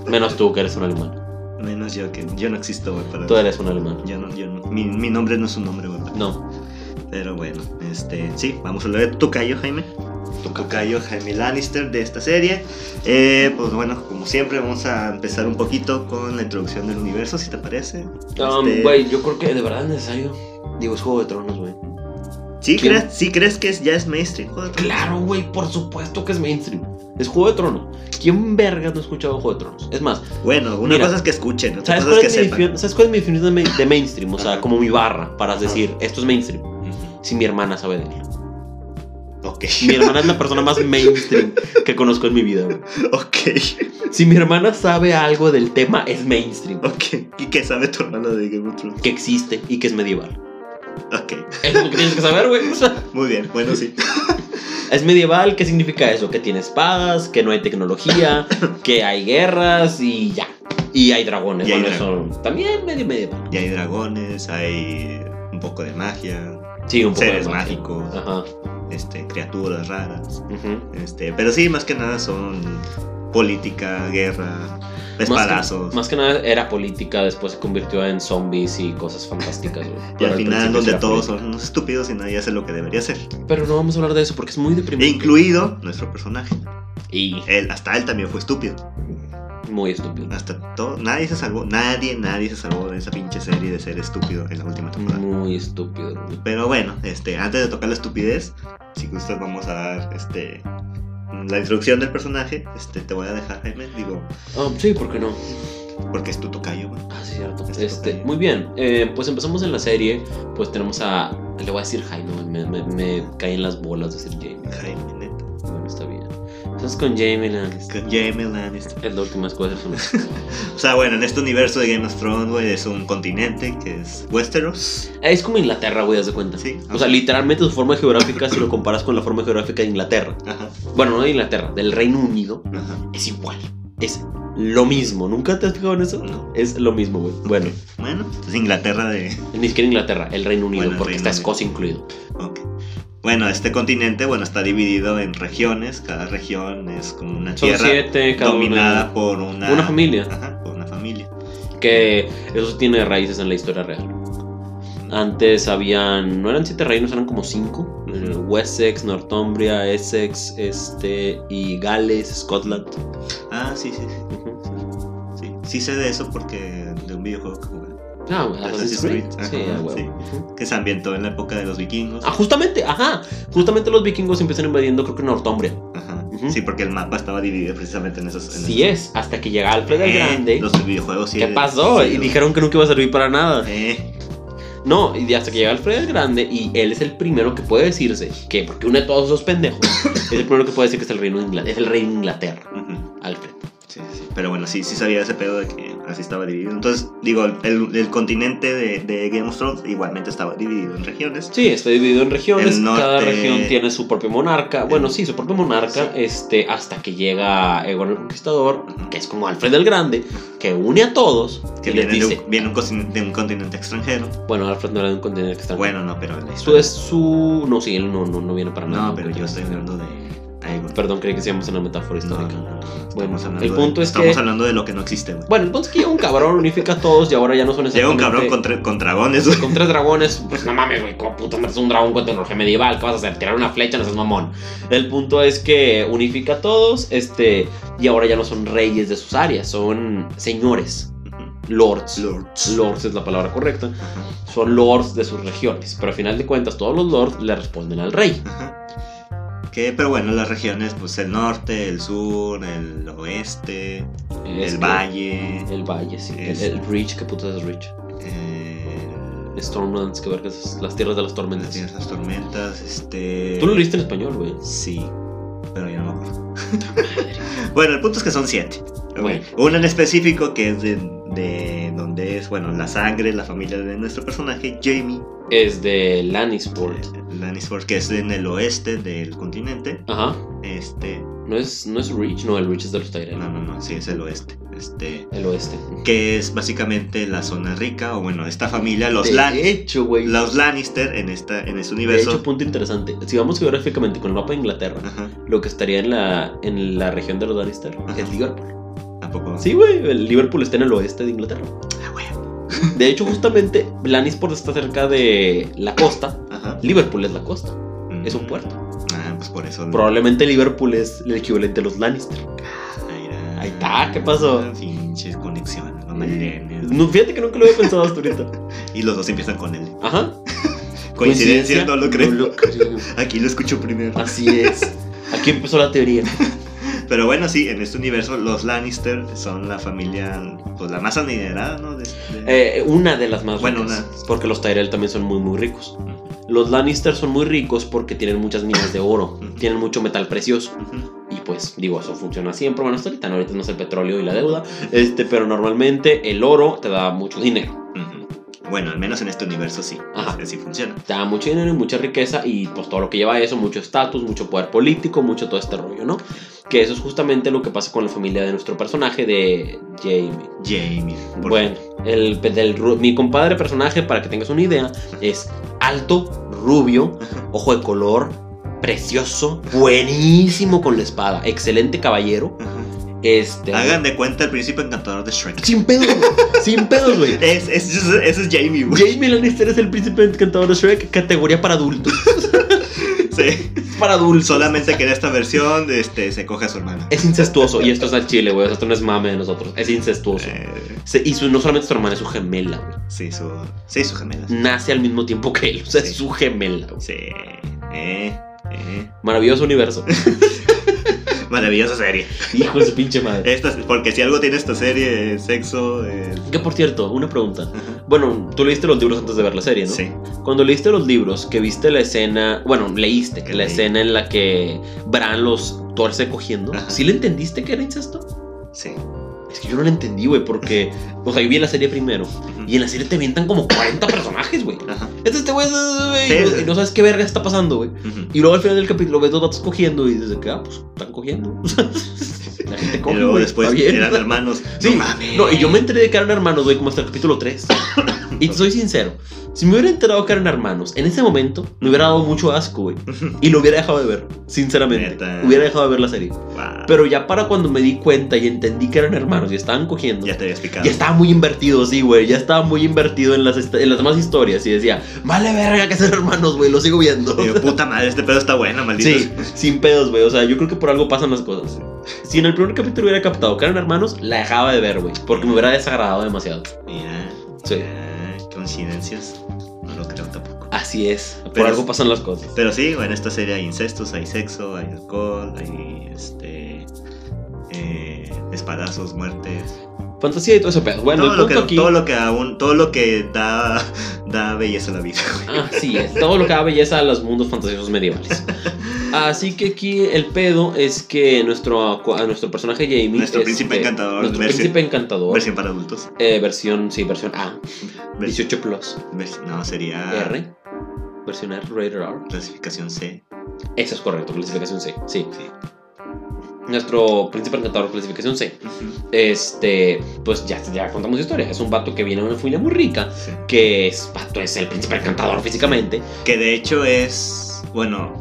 [SPEAKER 1] Menos tú, que eres un alemán.
[SPEAKER 2] Menos yo que yo no existo, güey, para.
[SPEAKER 1] Tú eres un alemán.
[SPEAKER 2] Yo no, yo no. Mi, mi nombre no es un nombre, güey.
[SPEAKER 1] No,
[SPEAKER 2] Pero bueno, este, sí, vamos a hablar de Tocayo, Jaime.
[SPEAKER 1] tú ca-
[SPEAKER 2] Tocayo Jaime Lannister de esta serie. Eh, pues bueno, como siempre, vamos a empezar un poquito con la introducción del universo, si te parece.
[SPEAKER 1] Um,
[SPEAKER 2] Este,
[SPEAKER 1] Güey, yo creo que de verdad es necesario. Digo, es Juego de Tronos, güey.
[SPEAKER 2] ¿sí,
[SPEAKER 1] ¿quién?
[SPEAKER 2] crees, sí crees que es- ya es mainstream? Joder,
[SPEAKER 1] Claro, güey, por supuesto que es mainstream. Es Juego de Tronos. ¿Quién vergas no ha escuchado Juego de Tronos? Es más,
[SPEAKER 2] Bueno, una
[SPEAKER 1] Mira,
[SPEAKER 2] cosa es que escuchen, otra
[SPEAKER 1] ¿sabes
[SPEAKER 2] cosa
[SPEAKER 1] cuál,
[SPEAKER 2] es que
[SPEAKER 1] es mi
[SPEAKER 2] sepan.
[SPEAKER 1] definición- ¿sabes cuál es mi definición de main- de mainstream? O sea,
[SPEAKER 2] Ajá.
[SPEAKER 1] como mi barra para decir, esto es mainstream.
[SPEAKER 2] Ujú.
[SPEAKER 1] Si mi hermana sabe de él.
[SPEAKER 2] Ok,
[SPEAKER 1] Mi hermana es la persona más mainstream que conozco en mi vida. güey.
[SPEAKER 2] ok,
[SPEAKER 1] Si mi hermana sabe algo del tema, es mainstream.
[SPEAKER 2] ok. ¿Y qué sabe tu hermano de Game of Thrones?
[SPEAKER 1] Que existe y que es medieval.
[SPEAKER 2] Ok,
[SPEAKER 1] Es lo que tienes que saber, güey. O sea,
[SPEAKER 2] muy bien, bueno, sí.
[SPEAKER 1] Es medieval, ¿qué significa eso? Que tiene espadas, que no hay tecnología, que hay guerras y ya. Y hay dragones,
[SPEAKER 2] Y hay
[SPEAKER 1] bueno, eso también medio medieval.
[SPEAKER 2] Y hay dragones, hay un poco de magia,
[SPEAKER 1] Sí, un poco de
[SPEAKER 2] seres
[SPEAKER 1] magia.
[SPEAKER 2] mágicos,
[SPEAKER 1] Ajá.
[SPEAKER 2] este, criaturas raras.
[SPEAKER 1] ujú.
[SPEAKER 2] Este, pero sí, más que nada son política, guerra,
[SPEAKER 1] Más
[SPEAKER 2] espadazos.
[SPEAKER 1] que, más que nada era política, después se convirtió en zombies y cosas fantásticas, güey.
[SPEAKER 2] y
[SPEAKER 1] Pero
[SPEAKER 2] al final,
[SPEAKER 1] principio
[SPEAKER 2] donde
[SPEAKER 1] sí era
[SPEAKER 2] todos
[SPEAKER 1] política.
[SPEAKER 2] son unos estúpidos y nadie hace lo que debería hacer.
[SPEAKER 1] Pero no vamos a hablar de eso porque es muy deprimente.
[SPEAKER 2] Incluido nuestro personaje.
[SPEAKER 1] Y
[SPEAKER 2] Él, hasta él también fue estúpido.
[SPEAKER 1] muy estúpido.
[SPEAKER 2] Hasta todo, nadie se salvó, nadie, nadie se salvó de esa pinche serie de ser estúpido en la última temporada.
[SPEAKER 1] Muy estúpido, güey.
[SPEAKER 2] Pero bueno, este, antes de tocar la estupidez, si gustas vamos a dar este la introducción del personaje. Este, te voy a dejar, Jaime, digo,
[SPEAKER 1] Ah, sí, ¿por qué no?
[SPEAKER 2] porque es tu tocayo, güey.
[SPEAKER 1] Ah, sí, cierto.
[SPEAKER 2] Este,
[SPEAKER 1] Este,
[SPEAKER 2] ok.
[SPEAKER 1] muy bien, eh, pues empezamos en la serie. Pues tenemos a. Le voy a decir Jaime, me, me, me caen las bolas de decir Jamie.
[SPEAKER 2] Jaime, neta.
[SPEAKER 1] Bueno, está bien. Entonces con Jamie Lannister.
[SPEAKER 2] Con Jaime Lannister.
[SPEAKER 1] Es la última escuadra son
[SPEAKER 2] O sea, bueno, en este universo de Game of Thrones, güey, es un continente que es Westeros.
[SPEAKER 1] Es como Inglaterra, güey, haz de cuenta.
[SPEAKER 2] Sí.
[SPEAKER 1] O sea, literalmente su forma geográfica, si lo comparas con la forma geográfica de Inglaterra.
[SPEAKER 2] Ajá,
[SPEAKER 1] Bueno, no de Inglaterra, del Reino Unido,
[SPEAKER 2] ajá.
[SPEAKER 1] es igual. Es lo mismo. ¿Nunca te has fijado en eso?
[SPEAKER 2] No.
[SPEAKER 1] Es lo mismo, güey. Bueno,
[SPEAKER 2] Bueno, es Inglaterra de.
[SPEAKER 1] ni siquiera Inglaterra, el Reino Unido,
[SPEAKER 2] Bueno, el
[SPEAKER 1] porque
[SPEAKER 2] Reino
[SPEAKER 1] está
[SPEAKER 2] Unido.
[SPEAKER 1] Escocia incluido.
[SPEAKER 2] Ok. Bueno, este continente, bueno, está dividido en regiones. Cada región es como una
[SPEAKER 1] Son
[SPEAKER 2] tierra
[SPEAKER 1] siete, cada uno.
[SPEAKER 2] dominada por una.
[SPEAKER 1] Una familia.
[SPEAKER 2] Ajá, por una familia.
[SPEAKER 1] Que eso tiene raíces en la historia real. Antes habían, no eran siete reinos, eran como cinco. Eh, Wessex, Northumbria, Essex, este, y Gales, Scotland.
[SPEAKER 2] Ah, sí, sí, sí. Sí, sí sé de eso porque de un videojuego que jugué.
[SPEAKER 1] Ah, güey, Assassin's
[SPEAKER 2] Assassin's
[SPEAKER 1] Creed.
[SPEAKER 2] Creed,
[SPEAKER 1] Sí,
[SPEAKER 2] ajá,
[SPEAKER 1] ah, güey.
[SPEAKER 2] sí.
[SPEAKER 1] Ujú.
[SPEAKER 2] Que se ambientó en la época de los vikingos.
[SPEAKER 1] Ah, justamente, ajá. Justamente los vikingos empiezan invadiendo, creo que Northumbria.
[SPEAKER 2] Ajá.
[SPEAKER 1] Ujú.
[SPEAKER 2] Sí, porque el mapa estaba dividido precisamente en esos. en
[SPEAKER 1] Sí
[SPEAKER 2] esos-
[SPEAKER 1] es, hasta que llega Alfred el
[SPEAKER 2] Eh,
[SPEAKER 1] Grande.
[SPEAKER 2] Los videojuegos sí.
[SPEAKER 1] ¿Qué pasó?
[SPEAKER 2] sí,
[SPEAKER 1] Y
[SPEAKER 2] los-
[SPEAKER 1] dijeron que nunca iba a servir para nada.
[SPEAKER 2] Eh,
[SPEAKER 1] No, y hasta que llega Alfredo el Grande y él es el primero que puede decirse que, porque une a todos esos pendejos, es el primero que puede decir que es el reino de Inglaterra. Es el reino de Inglaterra,
[SPEAKER 2] ujú.
[SPEAKER 1] Alfred.
[SPEAKER 2] Sí, sí, sí. Pero bueno, sí, sí sabía ese pedo de que así estaba dividido. Entonces, digo, el, el continente de, de Game of Thrones igualmente estaba dividido en regiones.
[SPEAKER 1] Sí, está dividido en regiones,
[SPEAKER 2] El norte-
[SPEAKER 1] cada región tiene su propio monarca. Bueno,
[SPEAKER 2] El-
[SPEAKER 1] sí, su propio monarca,
[SPEAKER 2] Sí.
[SPEAKER 1] este, hasta que llega Egon el Conquistador,
[SPEAKER 2] Ujú.
[SPEAKER 1] que es como Alfred el Grande, que une a todos,
[SPEAKER 2] Que
[SPEAKER 1] que les
[SPEAKER 2] viene, de,
[SPEAKER 1] dice,
[SPEAKER 2] un, viene un continen- de un continente extranjero.
[SPEAKER 1] bueno, Alfred no era de un continente extraño.
[SPEAKER 2] Bueno, no, pero. la
[SPEAKER 1] Esto
[SPEAKER 2] historia-
[SPEAKER 1] es su... No, sí, él no, no, no viene para nada.
[SPEAKER 2] No, pero yo estoy hablando de. algo.
[SPEAKER 1] Perdón, creí que seamos una metáfora
[SPEAKER 2] No, no,
[SPEAKER 1] histórica.
[SPEAKER 2] no, no, no. Estamos
[SPEAKER 1] Bueno,
[SPEAKER 2] hablando
[SPEAKER 1] el
[SPEAKER 2] de-
[SPEAKER 1] punto es
[SPEAKER 2] Estamos
[SPEAKER 1] que-
[SPEAKER 2] hablando de lo que no existe, güey.
[SPEAKER 1] Bueno, entonces que llega un cabrón, unifica a todos y ahora ya no son
[SPEAKER 2] Llega un cabrón
[SPEAKER 1] exactamente-
[SPEAKER 2] con, tre- con dragones, güey.
[SPEAKER 1] Con tres dragones, pues no mames, güey, como puta metes un dragón con tecnología medieval, ¿qué vas a hacer? Tirar una flecha, no seas mamón. El punto es que unifica a todos, este, y ahora ya no son reyes de sus áreas, son señores, lords.
[SPEAKER 2] Lords.
[SPEAKER 1] Lords es la palabra correcta. Son lords de sus regiones, pero al final de cuentas todos los lords le responden al rey.
[SPEAKER 2] Ajá. Que, pero bueno, las regiones, pues el norte, el sur, el oeste,
[SPEAKER 1] Este,
[SPEAKER 2] el valle,
[SPEAKER 1] El valle, sí. El,
[SPEAKER 2] Es-
[SPEAKER 1] el Reach, que puta es Reach.
[SPEAKER 2] eh,
[SPEAKER 1] Stormlands, que vergas, es las tierras de las
[SPEAKER 2] las
[SPEAKER 1] tormentas.
[SPEAKER 2] tierras, las tormentas, este...
[SPEAKER 1] Tú lo leíste en español, güey.
[SPEAKER 2] Sí, pero yo no me acuerdo. Bueno, el punto es que son siete. Ok.
[SPEAKER 1] Bueno.
[SPEAKER 2] Una en específico que es de, de donde es, bueno, la sangre, la familia de nuestro personaje, Jamie
[SPEAKER 1] Es de Lannisport.
[SPEAKER 2] eh, Lannisport, que es en el oeste del continente.
[SPEAKER 1] Ajá.
[SPEAKER 2] Este,
[SPEAKER 1] No es, no es Reach, no, el Reach es de los Tyrell.
[SPEAKER 2] no, no, no, sí, es el oeste. Este,
[SPEAKER 1] El oeste.
[SPEAKER 2] que es básicamente la zona rica, o bueno, esta familia, los,
[SPEAKER 1] De
[SPEAKER 2] Lan-
[SPEAKER 1] hecho, güey.
[SPEAKER 2] los Lannister en, esta, en este
[SPEAKER 1] De
[SPEAKER 2] universo.
[SPEAKER 1] hecho, punto interesante. Si vamos geográficamente con el mapa de Inglaterra,
[SPEAKER 2] Ajá,
[SPEAKER 1] lo que estaría en la, en la región de los Lannister
[SPEAKER 2] Ajá.
[SPEAKER 1] es Liverpool.
[SPEAKER 2] ¿a poco?
[SPEAKER 1] Sí, güey, el Liverpool está en el oeste de Inglaterra.
[SPEAKER 2] Ah, güey.
[SPEAKER 1] De hecho, justamente, Lannisport está cerca de la costa.
[SPEAKER 2] Ajá.
[SPEAKER 1] Liverpool es la costa,
[SPEAKER 2] Mm.
[SPEAKER 1] es un puerto.
[SPEAKER 2] Ah, pues por eso.
[SPEAKER 1] Probablemente Liverpool es el equivalente a los Lannister.
[SPEAKER 2] Mira.
[SPEAKER 1] Ahí está, ¿qué pasó?
[SPEAKER 2] Pinches conexiones, no me drenes.
[SPEAKER 1] No, fíjate que nunca lo había pensado hasta ahorita.
[SPEAKER 2] Y los dos empiezan con él.
[SPEAKER 1] Ajá.
[SPEAKER 2] Coincidencia, no lo creo.
[SPEAKER 1] No lo Ah. creo.
[SPEAKER 2] Aquí lo escucho primero.
[SPEAKER 1] Así es. Aquí empezó la teoría.
[SPEAKER 2] Pero bueno, sí, en este universo los Lannister son la familia, pues la más adinerada, ¿no? De- de-
[SPEAKER 1] Eh, una de las más
[SPEAKER 2] Bueno,
[SPEAKER 1] ricas. Porque los Tyrell también son muy, muy ricos. Los Lannister son muy ricos porque tienen muchas minas de oro.
[SPEAKER 2] Ujú.
[SPEAKER 1] tienen mucho metal precioso.
[SPEAKER 2] Ujú.
[SPEAKER 1] Y pues, digo, eso funciona siempre. Bueno, hasta ahorita no, ahorita no es el petróleo y la deuda. Este, pero normalmente el oro te da mucho dinero.
[SPEAKER 2] Ujú. Bueno, al menos en este universo sí.
[SPEAKER 1] Ajá.
[SPEAKER 2] Así funciona.
[SPEAKER 1] Te da mucho dinero y mucha riqueza. Y pues todo lo que lleva a eso, mucho estatus, mucho poder político, mucho todo este rollo, ¿no? Que eso es justamente lo que pasa con la familia de nuestro personaje de Jamie.
[SPEAKER 2] Jamie. por-
[SPEAKER 1] Bueno, el, del ru- mi compadre personaje, para que tengas una idea, es alto, rubio, ojo de color, precioso, buenísimo con la espada, excelente caballero.
[SPEAKER 2] Ajá.
[SPEAKER 1] Este.
[SPEAKER 2] Hagan de cuenta el príncipe encantador de Shrek.
[SPEAKER 1] Sin pedos, güey, sin pedos, güey.
[SPEAKER 2] Es, es, ese es, Jamie, güey.
[SPEAKER 1] Jamie Lannister es el príncipe encantador de Shrek, categoría para adultos.
[SPEAKER 2] Sí.
[SPEAKER 1] Para adultos.
[SPEAKER 2] Solamente que en esta versión este, se coge a su hermana.
[SPEAKER 1] Es incestuoso, y esto es al chile, güey. o sea, Esto no es mame de nosotros, es incestuoso.
[SPEAKER 2] Eh,
[SPEAKER 1] Se- y su- no solamente su hermana, es su gemela, güey.
[SPEAKER 2] sí, su, sí, su gemela.
[SPEAKER 1] Nace al mismo tiempo que él, o sea, es
[SPEAKER 2] Sí.
[SPEAKER 1] su gemela, güey.
[SPEAKER 2] Sí. Eh, eh.
[SPEAKER 1] Maravilloso universo.
[SPEAKER 2] Maravillosa serie.
[SPEAKER 1] Hijo de su pinche madre.
[SPEAKER 2] Esta, porque si algo tiene esta serie, es sexo. eh,
[SPEAKER 1] Que por cierto, una pregunta. Bueno, tú leíste los libros antes de ver la serie, ¿no?
[SPEAKER 2] Sí.
[SPEAKER 1] Cuando leíste los libros, que viste la escena, bueno, leíste la
[SPEAKER 2] Leí.
[SPEAKER 1] escena en la que Bran los torce cogiendo,
[SPEAKER 2] Ajá.
[SPEAKER 1] ¿sí le entendiste que era incesto?
[SPEAKER 2] Sí.
[SPEAKER 1] Es que yo no lo entendí, güey, porque, o sea, yo vi la serie primero y en la serie te avientan como 40 personajes, güey.
[SPEAKER 2] Ajá.
[SPEAKER 1] Este, este güey, es- es- es-
[SPEAKER 2] Sí,
[SPEAKER 1] y
[SPEAKER 2] sí.
[SPEAKER 1] no sabes qué verga está pasando, güey. Y luego al final del capítulo ves dos vatos cogiendo y dices, que, ah, pues están cogiendo. la gente
[SPEAKER 2] Y
[SPEAKER 1] coge,
[SPEAKER 2] luego
[SPEAKER 1] güey,
[SPEAKER 2] después
[SPEAKER 1] está bien.
[SPEAKER 2] eran hermanos.
[SPEAKER 1] Sí,
[SPEAKER 2] No
[SPEAKER 1] no,
[SPEAKER 2] mames.
[SPEAKER 1] y yo me enteré de que eran hermanos, güey, como hasta el capítulo 3. y te soy sincero, si me hubiera enterado que eran hermanos, en ese momento me hubiera dado mucho asco, güey. Y lo hubiera dejado de ver, sinceramente.
[SPEAKER 2] Neta.
[SPEAKER 1] Hubiera dejado de ver la serie.
[SPEAKER 2] Wow.
[SPEAKER 1] Pero ya para cuando me di cuenta y entendí que eran hermanos y estaban cogiendo,
[SPEAKER 2] Ya
[SPEAKER 1] ya,
[SPEAKER 2] te había explicado.
[SPEAKER 1] estaba muy invertido, sí, güey. Ya estaba muy invertido en las, est- en las demás historias. Y decía, vale verga que sean hermanos, güey, lo sigo viendo.
[SPEAKER 2] Digo, puta madre, este pedo está bueno, maldito.
[SPEAKER 1] Sí, sin pedos, güey. O sea, yo creo que por algo pasan las cosas. Si en el primer capítulo hubiera captado que eran hermanos, la dejaba de ver, güey. Porque me hubiera desagradado demasiado.
[SPEAKER 2] Mira.
[SPEAKER 1] Sí.
[SPEAKER 2] mira, coincidencias. No lo creo tampoco.
[SPEAKER 1] Así es. Por
[SPEAKER 2] Pero-
[SPEAKER 1] algo pasan las cosas.
[SPEAKER 2] Pero sí, bueno, en esta serie hay incestos, hay sexo, hay alcohol, hay este. eh, espadazos, muertes.
[SPEAKER 1] Fantasía y todo ese pedo. Bueno,
[SPEAKER 2] todo,
[SPEAKER 1] el
[SPEAKER 2] lo que,
[SPEAKER 1] punto aquí.
[SPEAKER 2] todo lo que aún, todo lo que da, da belleza a la vida. güey.
[SPEAKER 1] Así es. Todo lo que da belleza a los mundos fantasiosos medievales. Así que aquí el pedo es que nuestro, a nuestro personaje Jamie.
[SPEAKER 2] Nuestro
[SPEAKER 1] este,
[SPEAKER 2] príncipe encantador,
[SPEAKER 1] Nuestro
[SPEAKER 2] versión-
[SPEAKER 1] príncipe encantador. Versión.
[SPEAKER 2] Versión para adultos.
[SPEAKER 1] versión, sí, versión A.
[SPEAKER 2] Vers-
[SPEAKER 1] 18 Plus.
[SPEAKER 2] vers- no, sería
[SPEAKER 1] R. Versión R, rated R.
[SPEAKER 2] clasificación C.
[SPEAKER 1] Eso es correcto, clasificación C. Sí.
[SPEAKER 2] Sí.
[SPEAKER 1] Nuestro príncipe encantador, clasificación C. Este, pues ya, ya contamos su historia. Es un vato que viene de una familia muy rica.
[SPEAKER 2] Sí.
[SPEAKER 1] Que es vato, es el príncipe encantador físicamente.
[SPEAKER 2] Que de hecho es, bueno,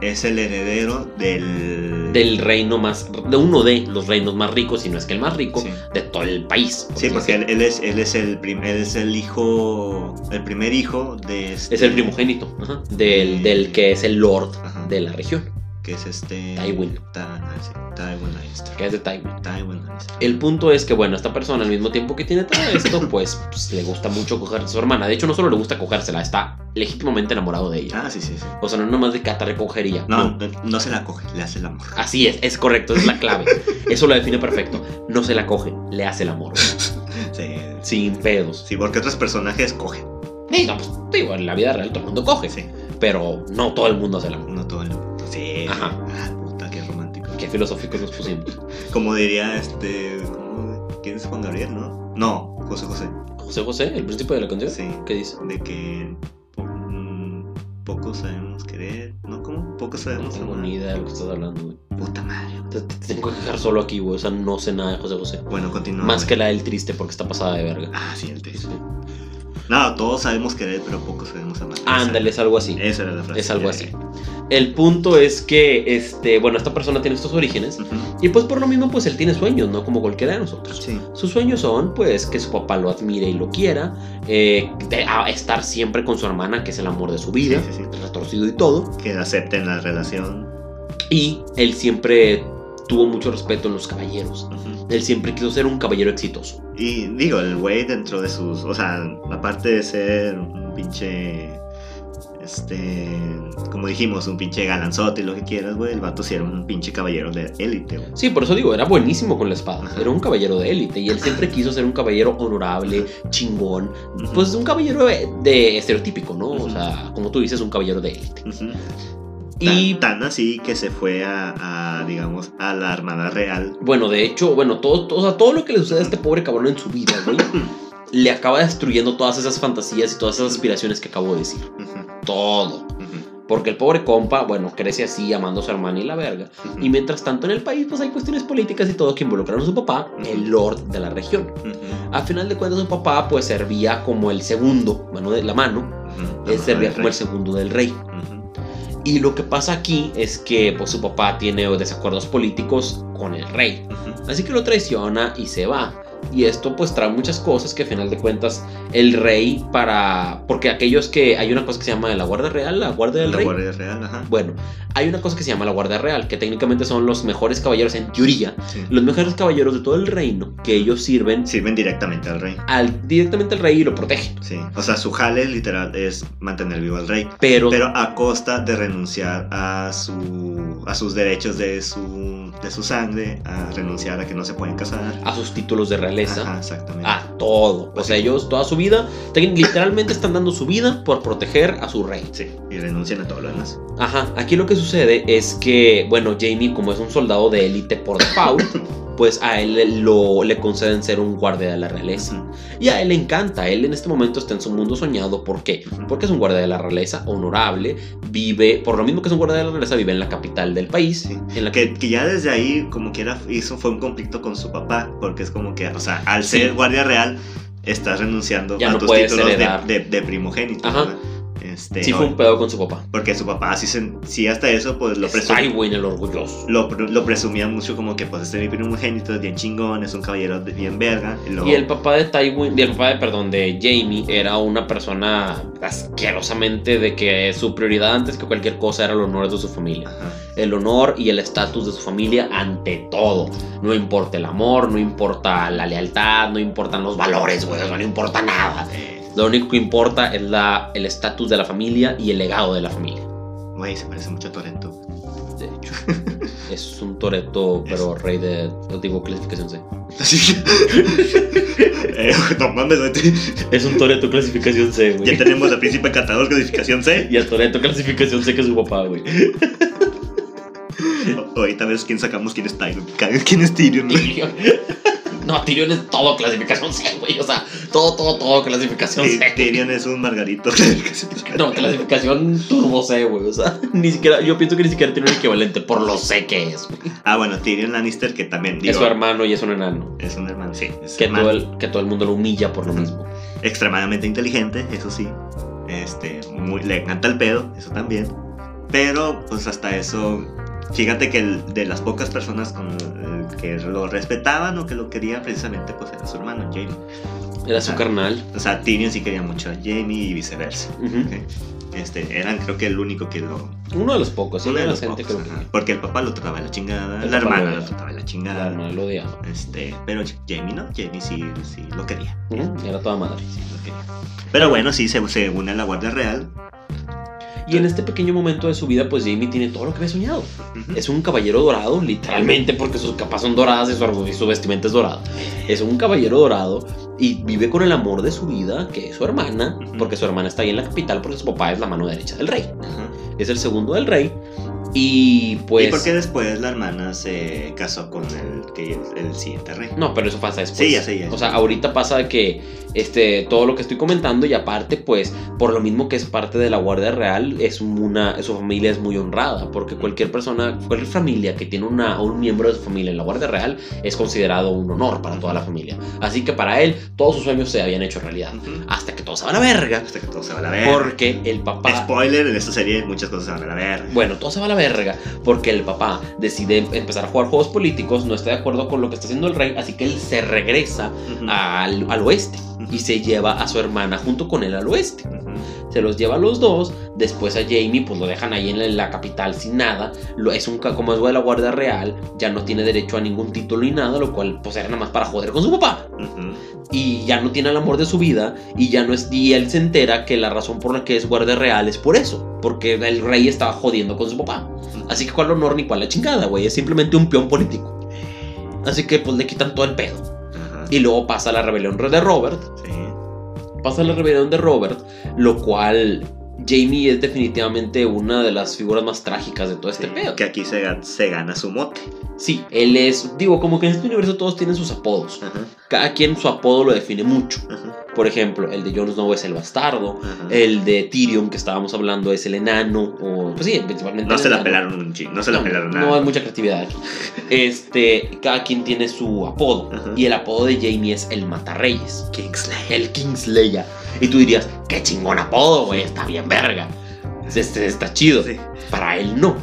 [SPEAKER 2] es el heredero del...
[SPEAKER 1] Del reino más. De uno de los reinos más ricos, si no es que el más rico,
[SPEAKER 2] Sí.
[SPEAKER 1] de todo el país. por
[SPEAKER 2] Sí,
[SPEAKER 1] decirlo
[SPEAKER 2] porque
[SPEAKER 1] así.
[SPEAKER 2] él, él es, él, es el prim- él es el hijo, el primer hijo de... este-
[SPEAKER 1] es el primogénito ajá, del, del que es el lord
[SPEAKER 2] Ajá.
[SPEAKER 1] de la región,
[SPEAKER 2] Que es este...
[SPEAKER 1] Tywin.
[SPEAKER 2] Ta- ah, sí, Tywin Lannister.
[SPEAKER 1] que es de Tywin.
[SPEAKER 2] Tywin Lannister.
[SPEAKER 1] El punto es que, bueno, esta persona al mismo tiempo que tiene todo esto, pues, pues, le gusta mucho cogerse a su hermana. De hecho, no solo le gusta cogérsela, está legítimamente enamorado de ella.
[SPEAKER 2] Ah, sí, sí, sí.
[SPEAKER 1] O sea, no es nomás de cata recogería.
[SPEAKER 2] No, no, no se la coge, le hace el amor.
[SPEAKER 1] Así es, es correcto, es la clave. Eso lo define perfecto. No se la coge, le hace el amor.
[SPEAKER 2] Sí,
[SPEAKER 1] Sin pedos.
[SPEAKER 2] sí porque otros personajes cogen.
[SPEAKER 1] Sí, no, pues, digo, en la vida real todo el mundo coge,
[SPEAKER 2] Sí,
[SPEAKER 1] pero no todo el mundo hace el amor.
[SPEAKER 2] no todo el mundo. Sí.
[SPEAKER 1] Ajá.
[SPEAKER 2] Ah, puta, qué romántico.
[SPEAKER 1] qué filosóficos nos pusimos.
[SPEAKER 2] Como diría este. ¿cómo? ¿Quién es Juan Gabriel, no? No, José José.
[SPEAKER 1] José José, el príncipe de la canción.
[SPEAKER 2] Sí.
[SPEAKER 1] ¿Qué dice?
[SPEAKER 2] De que. po- mm, Poco sabemos querer. ¿No? ¿Cómo? Poco
[SPEAKER 1] No
[SPEAKER 2] sabemos
[SPEAKER 1] tengo
[SPEAKER 2] amar.
[SPEAKER 1] ni idea de lo que estás hablando, güey.
[SPEAKER 2] Puta madre.
[SPEAKER 1] Te, te tengo que dejar solo aquí, güey. O sea, no sé nada de José José.
[SPEAKER 2] Bueno, continuamos.
[SPEAKER 1] Más que la del triste, porque está pasada de verga.
[SPEAKER 2] Ah, sí, el texto.
[SPEAKER 1] Sí.
[SPEAKER 2] No, todos sabemos querer, pero poco sabemos amar. Esa-
[SPEAKER 1] Ándale, es algo así.
[SPEAKER 2] Esa era la frase.
[SPEAKER 1] Es algo
[SPEAKER 2] Ya,
[SPEAKER 1] así.
[SPEAKER 2] ya.
[SPEAKER 1] El punto es que, este, bueno, esta persona tiene estos orígenes.
[SPEAKER 2] Ujú.
[SPEAKER 1] Y pues por lo mismo, pues él tiene sueños, ¿no? Como cualquiera de nosotros.
[SPEAKER 2] Sí.
[SPEAKER 1] Sus sueños son, pues, que su papá lo admire y lo quiera, eh, de- a- estar siempre con su hermana, que es el amor de su vida,
[SPEAKER 2] Sí, sí, sí.
[SPEAKER 1] retorcido y todo.
[SPEAKER 2] Que acepten la relación.
[SPEAKER 1] Y él siempre tuvo mucho respeto en los caballeros.
[SPEAKER 2] Ujú.
[SPEAKER 1] Él siempre quiso ser un caballero exitoso.
[SPEAKER 2] Y digo, el güey dentro de sus. O sea, aparte de ser un pinche. Este. Como dijimos, un pinche galanzote y lo que quieras, güey. El vato sí era un pinche caballero de élite, güey.
[SPEAKER 1] Sí, por eso digo, era buenísimo con la espada.
[SPEAKER 2] Ajá.
[SPEAKER 1] Era un caballero de élite y él siempre quiso ser un caballero honorable, chingón.
[SPEAKER 2] Ujú.
[SPEAKER 1] Pues un caballero de, de estereotípico, ¿no? O
[SPEAKER 2] Ujú.
[SPEAKER 1] sea, como tú dices, un caballero de élite.
[SPEAKER 2] Ujú.
[SPEAKER 1] Y
[SPEAKER 2] Tan, tan así que se fue a, a, digamos, a la Armada Real.
[SPEAKER 1] bueno, de hecho, bueno, todo, todo, o sea, todo lo que le sucede a este pobre cabrón en su vida, güey, le acaba destruyendo todas esas fantasías y todas esas aspiraciones que acabo de decir.
[SPEAKER 2] Ujú,
[SPEAKER 1] Todo.
[SPEAKER 2] ujú,
[SPEAKER 1] Porque el pobre compa, bueno, crece así, amando a su hermana y la verga.
[SPEAKER 2] ujú,
[SPEAKER 1] Y mientras tanto en el país, pues hay cuestiones políticas y todo que involucraron a su papá, el lord de la región.
[SPEAKER 2] ujú,
[SPEAKER 1] A final de cuentas, su papá pues servía como el segundo, mano de la mano,
[SPEAKER 2] ujú.
[SPEAKER 1] él servía
[SPEAKER 2] Ujú.
[SPEAKER 1] como el segundo del rey.
[SPEAKER 2] Ujú.
[SPEAKER 1] Y lo que pasa aquí es que pues su papá tiene desacuerdos políticos con el rey.
[SPEAKER 2] Ujú.
[SPEAKER 1] Así que lo traiciona y se va. Y esto pues trae muchas cosas que a final de cuentas el rey para... Porque aquellos que... Hay una cosa que se llama la Guardia Real, la Guardia del
[SPEAKER 2] La
[SPEAKER 1] Rey.
[SPEAKER 2] Guardia Real, ajá.
[SPEAKER 1] Bueno, hay una cosa que se llama la Guardia Real, que técnicamente son los mejores caballeros en teoría.
[SPEAKER 2] Sí.
[SPEAKER 1] Los mejores caballeros de todo el reino, que ellos sirven
[SPEAKER 2] Sirven directamente al rey.
[SPEAKER 1] al, directamente al rey y lo protegen.
[SPEAKER 2] Sí. O sea, su jale literal es mantener vivo al rey.
[SPEAKER 1] Pero,
[SPEAKER 2] Pero a costa de renunciar a su a sus derechos de su de su sangre, a renunciar a que no se pueden casar.
[SPEAKER 1] a sus títulos de realeza,
[SPEAKER 2] Ajá, exactamente.
[SPEAKER 1] a todo. O
[SPEAKER 2] Pues
[SPEAKER 1] sea,
[SPEAKER 2] sí.
[SPEAKER 1] ellos toda su vida, te- literalmente están dando su vida por proteger a su rey.
[SPEAKER 2] Sí, y renuncian a todo lo demás.
[SPEAKER 1] Ajá, aquí lo que sucede es que, bueno, Jamie, como es un soldado de élite por default, pues a él le- lo, le conceden ser un guardia de la realeza.
[SPEAKER 2] Ujú,
[SPEAKER 1] Y a él le encanta, él en este momento está en su mundo soñado. ¿Por qué?
[SPEAKER 2] ujú.
[SPEAKER 1] Porque es un guardia de la realeza, honorable, vive, por lo mismo que es un guardia de la realeza, vive en la capital del país.
[SPEAKER 2] Sí.
[SPEAKER 1] En la que,
[SPEAKER 2] Que, que ya desde ahí, como quiera, hizo, fue un conflicto con su papá, porque es como que, o sea, al
[SPEAKER 1] Sí.
[SPEAKER 2] ser guardia real, estás renunciando
[SPEAKER 1] Ya
[SPEAKER 2] a
[SPEAKER 1] no
[SPEAKER 2] tus
[SPEAKER 1] puedes
[SPEAKER 2] títulos de,
[SPEAKER 1] heredar.
[SPEAKER 2] de, de primogénito.
[SPEAKER 1] Ajá.
[SPEAKER 2] ¿verdad? Este,
[SPEAKER 1] sí fue un pedo con su papá.
[SPEAKER 2] Porque su papá, sí, se- sí hasta eso, pues lo
[SPEAKER 1] Está ahí,
[SPEAKER 2] presumía.
[SPEAKER 1] güey, en el orgulloso.
[SPEAKER 2] Lo, pr- lo presumía mucho como que pues este es mi primogénito, es bien chingón, es un caballero de- bien verga. Y, luego-
[SPEAKER 1] Y el papá de Tywin, y el papá de, perdón, de Jamie era una persona asquerosamente de que su prioridad antes que cualquier cosa era el honor de su familia.
[SPEAKER 2] Ajá.
[SPEAKER 1] El honor y el estatus de su familia ante todo. No importa el amor, no importa la lealtad, no importan los valores, güey, o sea, no importa nada.
[SPEAKER 2] Eh,
[SPEAKER 1] Lo único que importa es la, el estatus de la familia y el legado de la familia.
[SPEAKER 2] Güey, se parece mucho a Torento.
[SPEAKER 1] De hecho, es un Toreto, pero rey de. Digo, clasificación C.
[SPEAKER 2] Eh, no mames, güey,
[SPEAKER 1] Es un Toreto, clasificación C, güey.
[SPEAKER 2] ya tenemos al príncipe encantador codificación C.
[SPEAKER 1] Y a Toreto clasificación sé que es su papá, güey.
[SPEAKER 2] O- Ahorita ves quién sacamos, quién es Tyrion. ¿Quién es Tyrion? güey.
[SPEAKER 1] Tyrion. No, Tyrion es todo clasificación C, güey. O sea, todo, todo, todo clasificación
[SPEAKER 2] Ti-
[SPEAKER 1] C. güey.
[SPEAKER 2] Eh, Tyrion es un margarito.
[SPEAKER 1] No, clasificación turbo C, pues, güey. O sea, ni siquiera, yo pienso que ni siquiera tiene un equivalente por lo C que es. güey.
[SPEAKER 2] ah, bueno, Tyrion Lannister, que también digo,
[SPEAKER 1] es su hermano y es un enano.
[SPEAKER 2] es un hermano, sí. Es
[SPEAKER 1] Que
[SPEAKER 2] hermano.
[SPEAKER 1] todo, el, que todo el mundo lo humilla por lo mismo.
[SPEAKER 2] extremadamente inteligente, eso sí. Este, muy, le encanta el pedo, eso también. Pero, pues hasta eso, fíjate que el- de las pocas personas con, eh, que lo respetaban o que lo querían precisamente, pues era su hermano, Jamie.
[SPEAKER 1] Era su
[SPEAKER 2] Ajá.
[SPEAKER 1] carnal.
[SPEAKER 2] O sea, Tyrion sí quería mucho a Jamie y viceversa.
[SPEAKER 1] Ujú.
[SPEAKER 2] Este, eran creo que el único que lo...
[SPEAKER 1] Uno de los pocos, Pues sí,
[SPEAKER 2] uno de
[SPEAKER 1] era
[SPEAKER 2] los
[SPEAKER 1] gente
[SPEAKER 2] pocos,
[SPEAKER 1] creo
[SPEAKER 2] ajá.
[SPEAKER 1] que.
[SPEAKER 2] Porque el papá lo trataba de la chingada,
[SPEAKER 1] El papá lo
[SPEAKER 2] la hermana
[SPEAKER 1] odiaba.
[SPEAKER 2] lo trataba de la
[SPEAKER 1] La
[SPEAKER 2] chingada.
[SPEAKER 1] hermana lo odiaba.
[SPEAKER 2] Este, pero Jamie no, Jamie sí, sí lo quería.
[SPEAKER 1] Ujú, Era toda madre.
[SPEAKER 2] sí lo quería. Pero bueno, sí, se, se une a la Guardia Real.
[SPEAKER 1] Y en este pequeño momento de su vida, pues Jamie tiene todo lo que había soñado.
[SPEAKER 2] Ujú.
[SPEAKER 1] Es un caballero dorado, literalmente, porque sus capas son doradas y su, y su vestimenta es dorada. Es un caballero dorado y vive con el amor de su vida, que es su hermana,
[SPEAKER 2] Ujú.
[SPEAKER 1] porque su hermana está ahí en la capital, porque su papá es la mano derecha del rey.
[SPEAKER 2] Ajá.
[SPEAKER 1] Es el segundo del rey. Y pues.
[SPEAKER 2] ¿Y por qué después la hermana se casó con el, que, el siguiente rey?
[SPEAKER 1] No, pero eso pasa después.
[SPEAKER 2] Sí, ya sé, ya sé.
[SPEAKER 1] O sea, ahorita pasa de que este, todo lo que estoy comentando y aparte, pues, por lo mismo que es parte de la Guardia Real, es una, su familia es muy honrada, porque cualquier persona, cualquier familia que tiene una, un miembro de su familia en la Guardia Real es considerado un honor para toda la familia. Así que para él, todos sus sueños se habían hecho realidad.
[SPEAKER 2] Ujú.
[SPEAKER 1] Hasta que todos se van a la verga,
[SPEAKER 2] Hasta que todo se va a la verga.
[SPEAKER 1] porque el papá...
[SPEAKER 2] Spoiler, en esta serie muchas cosas se van a la verga.
[SPEAKER 1] Bueno, todo se va a la verga porque el papá decide empezar a jugar juegos políticos, no está de acuerdo con lo que está haciendo el rey, así que él se regresa
[SPEAKER 2] Ujú.
[SPEAKER 1] al, al oeste y se lleva a su hermana junto con él al oeste.
[SPEAKER 2] Ujú.
[SPEAKER 1] Se los lleva a los dos, después a Jamie pues lo dejan ahí en la, en la capital sin nada, lo, es un, ca- como es de la Guardia Real, ya no tiene derecho a ningún título ni nada, lo cual pues era nada más para joder con su papá
[SPEAKER 2] Ujú.
[SPEAKER 1] y ya no tiene el amor de su vida y ya no es y él se entera que la razón por la que es guardia real es por eso, porque el rey estaba jodiendo con su papá. Así que cuál honor ni cuál la chingada, güey, es simplemente un peón político. Así que pues le quitan todo el pedo.
[SPEAKER 2] Ajá.
[SPEAKER 1] Y luego pasa la rebelión de Robert,
[SPEAKER 2] Sí.
[SPEAKER 1] pasa la rebelión de Robert, lo cual Jamie es definitivamente una de las figuras más trágicas de todo este
[SPEAKER 2] Sí.
[SPEAKER 1] pedo.
[SPEAKER 2] Que aquí se, ga- se gana su mote.
[SPEAKER 1] Sí, él es, digo, como que en este universo todos tienen sus apodos.
[SPEAKER 2] Ajá,
[SPEAKER 1] Cada quien su apodo lo define mucho.
[SPEAKER 2] ajá,
[SPEAKER 1] Por ejemplo, el de Jon Snow es el bastardo,
[SPEAKER 2] ajá.
[SPEAKER 1] El de Tyrion que estábamos hablando es el enano. O, pues sí, principalmente.
[SPEAKER 2] no
[SPEAKER 1] el
[SPEAKER 2] se la
[SPEAKER 1] enano.
[SPEAKER 2] pelaron un chingo, no se la
[SPEAKER 1] No,
[SPEAKER 2] pelaron
[SPEAKER 1] No
[SPEAKER 2] nada.
[SPEAKER 1] hay mucha creatividad aquí. Este, cada quien tiene su apodo.
[SPEAKER 2] Ajá.
[SPEAKER 1] Y el apodo de Jamie es el Matarreyes.
[SPEAKER 2] Kingsley.
[SPEAKER 1] El Kingslayer. Y tú dirías, qué chingón apodo, güey. Está bien verga. Este está chido.
[SPEAKER 2] Sí.
[SPEAKER 1] Para él no.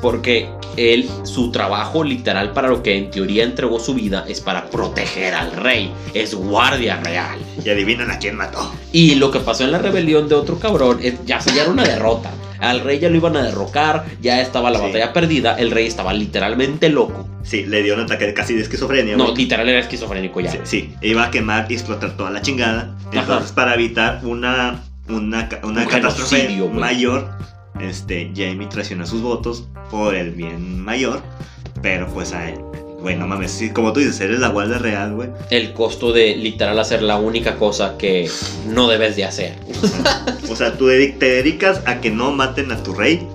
[SPEAKER 1] Porque él, su trabajo literal para lo que en teoría entregó su vida es para proteger al rey. Es guardia real.
[SPEAKER 2] Y adivinan a quién mató.
[SPEAKER 1] Y lo que pasó en la rebelión de otro cabrón, es- ya, se- ya era una derrota. Al rey ya lo iban a derrocar, ya estaba la
[SPEAKER 2] Sí.
[SPEAKER 1] batalla perdida, el rey estaba literalmente loco.
[SPEAKER 2] Sí, le dio un ataque casi de esquizofrenia.
[SPEAKER 1] No,
[SPEAKER 2] güey.
[SPEAKER 1] literal era esquizofrénico ya.
[SPEAKER 2] Sí, sí, iba a quemar y explotar toda la chingada. Entonces, para evitar una, una, ca- una
[SPEAKER 1] Un
[SPEAKER 2] catástrofe
[SPEAKER 1] genocidio, pues. güey.
[SPEAKER 2] mayor, este, Jamie traiciona sus votos por el bien mayor. Pero pues a él, güey, no mames, sí, como tú dices, eres la guardia real, güey.
[SPEAKER 1] El costo de literal hacer la única cosa que no debes de hacer.
[SPEAKER 2] O sea, tú dedi- te dedicas a que no maten a tu rey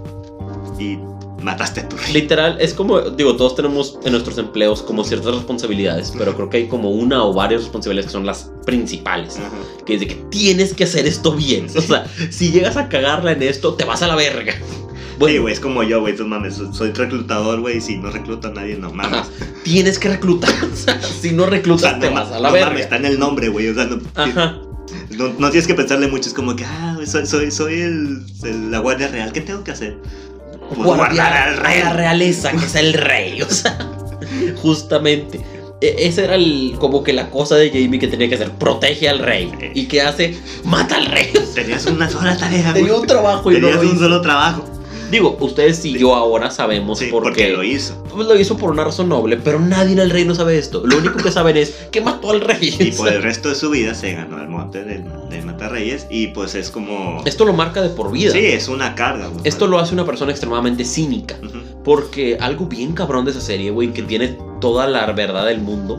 [SPEAKER 2] y mataste a tu rey.
[SPEAKER 1] Literal, es como, digo, todos tenemos en nuestros empleos como ciertas responsabilidades, pero creo que hay como una o varias responsabilidades que son las principales.
[SPEAKER 2] Ajá.
[SPEAKER 1] Que es de que tienes que hacer esto bien. O sea, si llegas a cagarla en esto, te vas a la verga.
[SPEAKER 2] Sí, güey, es como yo, güey, tú mames, so- soy reclutador, güey, y si no recluto a nadie, no mames.
[SPEAKER 1] Ajá. Tienes que reclutar. O sea, si no
[SPEAKER 2] O sea,
[SPEAKER 1] reclutas, te
[SPEAKER 2] no, ma-
[SPEAKER 1] vas a la
[SPEAKER 2] no
[SPEAKER 1] verga.
[SPEAKER 2] mames, está en el nombre, güey, o sea, no,
[SPEAKER 1] Ajá.
[SPEAKER 2] no- no tienes que pensarle mucho, es como que, ah, güey, soy, soy, soy el, el- la guardia real, ¿qué tengo que hacer? Pues guardar al rey.
[SPEAKER 1] a la realeza, que es el rey. O sea, justamente. E- Esa era el- como que la cosa de Jamie que tenía que hacer. Protege al rey. ¿Y qué hace? Mata al rey.
[SPEAKER 2] Tenías una sola tarea, güey.
[SPEAKER 1] Tenía un trabajo y no
[SPEAKER 2] Tenías
[SPEAKER 1] lo
[SPEAKER 2] un
[SPEAKER 1] hizo.
[SPEAKER 2] solo trabajo.
[SPEAKER 1] Digo, ustedes y yo ahora sabemos
[SPEAKER 2] Sí,
[SPEAKER 1] Pues por
[SPEAKER 2] porque
[SPEAKER 1] qué.
[SPEAKER 2] lo hizo.
[SPEAKER 1] Pues lo hizo por una razón noble, pero nadie en el reino sabe esto. Lo único que saben es que mató al rey.
[SPEAKER 2] Y por el resto de su vida se ganó el mote del, del Matarreyes y pues es como...
[SPEAKER 1] Esto lo marca de por vida.
[SPEAKER 2] Sí, es una carga, güey.
[SPEAKER 1] Esto lo hace una persona extremadamente cínica.
[SPEAKER 2] Ujú.
[SPEAKER 1] Porque algo bien cabrón de esa serie, güey, que tiene toda la verdad del mundo,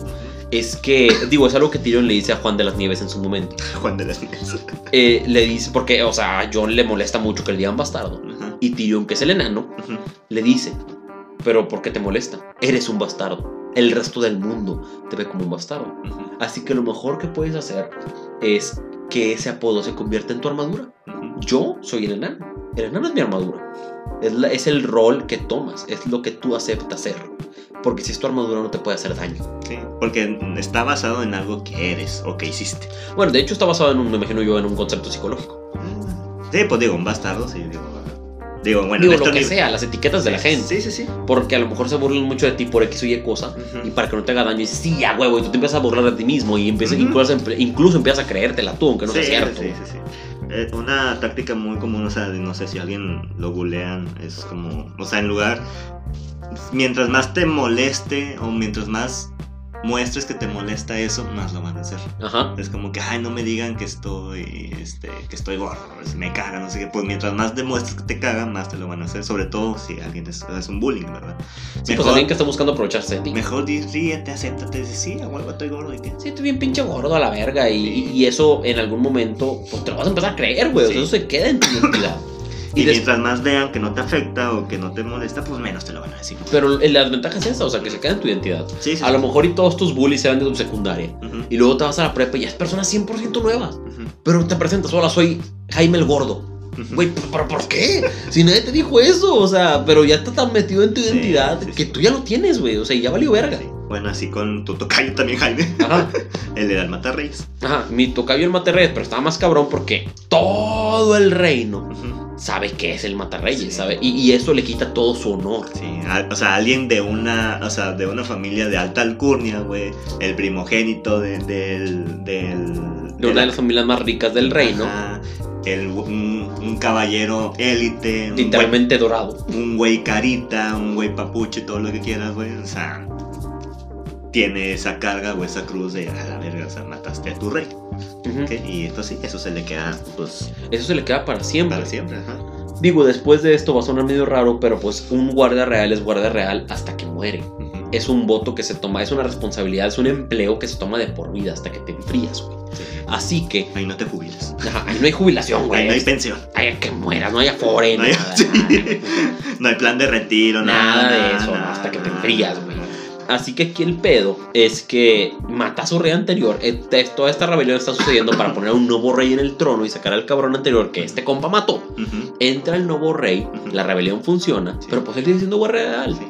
[SPEAKER 1] es que, digo, es algo que Tyrion le dice a Juan de las Nieves en su momento.
[SPEAKER 2] Juan de las Nieves.
[SPEAKER 1] Eh, le dice, porque, o sea, a John le molesta mucho que le digan bastardo.
[SPEAKER 2] Ajá,
[SPEAKER 1] Y Tyrion, que es el enano,
[SPEAKER 2] ujú.
[SPEAKER 1] le dice, pero ¿por qué te molesta? Eres un bastardo. El resto del mundo te ve como un bastardo.
[SPEAKER 2] Ujú,
[SPEAKER 1] Así que lo mejor que puedes hacer es que ese apodo se convierta en tu armadura.
[SPEAKER 2] ujú.
[SPEAKER 1] Yo soy el enano. El enano es mi armadura. Es, la- es el rol que tomas, es lo que tú aceptas ser. Porque si es tu armadura no te puede hacer daño.
[SPEAKER 2] Sí, porque está basado en algo que eres o que hiciste.
[SPEAKER 1] Bueno, de hecho está basado en un, me imagino yo, en un concepto psicológico.
[SPEAKER 2] Sí, pues digo, un bastardo, sí, digo. Digo, bueno,
[SPEAKER 1] Mm. Digo,
[SPEAKER 2] en
[SPEAKER 1] lo
[SPEAKER 2] este
[SPEAKER 1] que
[SPEAKER 2] nivel-
[SPEAKER 1] sea, las etiquetas de la gente.
[SPEAKER 2] Sí, sí, sí.
[SPEAKER 1] Porque a lo mejor se burlan mucho de ti por X o Y cosa.
[SPEAKER 2] Ujú.
[SPEAKER 1] Y para que no te haga daño, dices, sí, a huevo, y tú te empiezas a burlar de ti mismo y empiezas,
[SPEAKER 2] Ujú.
[SPEAKER 1] incluso, empe- incluso empiezas a creértela tú, aunque no sea
[SPEAKER 2] Sí,
[SPEAKER 1] cierto.
[SPEAKER 2] sí, sí, sí. Eh, una táctica muy común, o sea, de- no sé si alguien lo bulean, es como, o sea, en lugar, mientras más te moleste o mientras más muestres que te molesta eso, más lo van a hacer.
[SPEAKER 1] Ajá.
[SPEAKER 2] Es como que, ay, no me digan que estoy, este, que estoy gordo, es- me caga, no sé qué. Pues mientras más demuestres que te caga, más te lo van a hacer. Sobre todo si alguien es, es un bullying, ¿verdad?
[SPEAKER 1] Sí, pues
[SPEAKER 2] mejor,
[SPEAKER 1] alguien que está buscando aprovecharse de ti.
[SPEAKER 2] mejor di- ríete, acéptate, dices, sí, a huevo, estoy gordo, ¿y qué?
[SPEAKER 1] Sí, estoy bien pinche gordo a la verga. Y, y eso en algún momento, pues te lo vas a empezar a creer, güey. O sea,
[SPEAKER 2] Sí.
[SPEAKER 1] eso se queda en tu identidad.
[SPEAKER 2] Y,
[SPEAKER 1] Y des-
[SPEAKER 2] mientras más vean que no te afecta o que no te molesta, pues menos te lo van a decir.
[SPEAKER 1] Pero la desventaja es esa, o sea, que se queda en tu identidad.
[SPEAKER 2] Sí, sí.
[SPEAKER 1] A lo mejor y todos tus bullies se van de tu secundaria.
[SPEAKER 2] Ujú,
[SPEAKER 1] Y luego te vas a la prepa y ya es personas 100% nuevas.
[SPEAKER 2] ujú,
[SPEAKER 1] Pero te presentas, hola, soy Jaime el Gordo.
[SPEAKER 2] ujú.
[SPEAKER 1] Güey, ¿pero, pero por qué? Si nadie te dijo eso, o sea, pero ya está tan metido en tu
[SPEAKER 2] Sí,
[SPEAKER 1] identidad
[SPEAKER 2] sí, sí.
[SPEAKER 1] que tú ya lo tienes, güey. O sea, y ya valió verga.
[SPEAKER 2] Sí. Bueno, así con tu tocayo también, Jaime.
[SPEAKER 1] Ajá,
[SPEAKER 2] El de Dalmata Reyes.
[SPEAKER 1] ajá. Mi tocayo el Matarreyes, pero estaba más cabrón porque todo el reino
[SPEAKER 2] Ujú.
[SPEAKER 1] sabe que es el Matarreyes,
[SPEAKER 2] Sí.
[SPEAKER 1] ¿sabe? Y, y eso le quita todo su honor.
[SPEAKER 2] Sí, al- o sea, alguien de una, o sea, de una familia de alta alcurnia, güey. El primogénito de- del, del.
[SPEAKER 1] De una de las familias más ricas del reino,
[SPEAKER 2] Ajá. El, un, un caballero élite. un güey-
[SPEAKER 1] literalmente dorado.
[SPEAKER 2] Un güey carita, un güey papuche, todo lo que quieras, güey. O sea, tiene esa carga o esa cruz de a la verga, o sea, mataste a tu rey.
[SPEAKER 1] Ujú.
[SPEAKER 2] ¿ok? Y esto sí, eso se le queda, pues,
[SPEAKER 1] Eso se le queda para siempre.
[SPEAKER 2] para siempre, ajá.
[SPEAKER 1] Digo, después de esto va a sonar medio raro, pero pues un guardia real es guardia real hasta que muere.
[SPEAKER 2] Ujú.
[SPEAKER 1] Es un voto que se toma, es una responsabilidad, es un empleo que se toma de por vida hasta que te enfrías, güey.
[SPEAKER 2] Sí.
[SPEAKER 1] Así que,
[SPEAKER 2] Ahí no te jubilas.
[SPEAKER 1] ajá, ahí no hay jubilación,
[SPEAKER 2] Ahí
[SPEAKER 1] güey.
[SPEAKER 2] no hay pensión.
[SPEAKER 1] Ay, que mueras, no hay afore,
[SPEAKER 2] No hay-
[SPEAKER 1] nada.
[SPEAKER 2] sí. No hay plan de retiro,
[SPEAKER 1] Nada
[SPEAKER 2] nada.
[SPEAKER 1] de eso,
[SPEAKER 2] nada,
[SPEAKER 1] hasta que te
[SPEAKER 2] nada.
[SPEAKER 1] enfrías, güey. Así que aquí el pedo es que mata a su rey anterior. Este- toda esta rebelión está sucediendo para poner a un nuevo rey en el trono y sacar al cabrón anterior que este compa mató.
[SPEAKER 2] Ujú,
[SPEAKER 1] Entra el nuevo rey,
[SPEAKER 2] Ujú.
[SPEAKER 1] la rebelión funciona,
[SPEAKER 2] Sí.
[SPEAKER 1] pero pues él sigue siendo guardia real.
[SPEAKER 2] sí.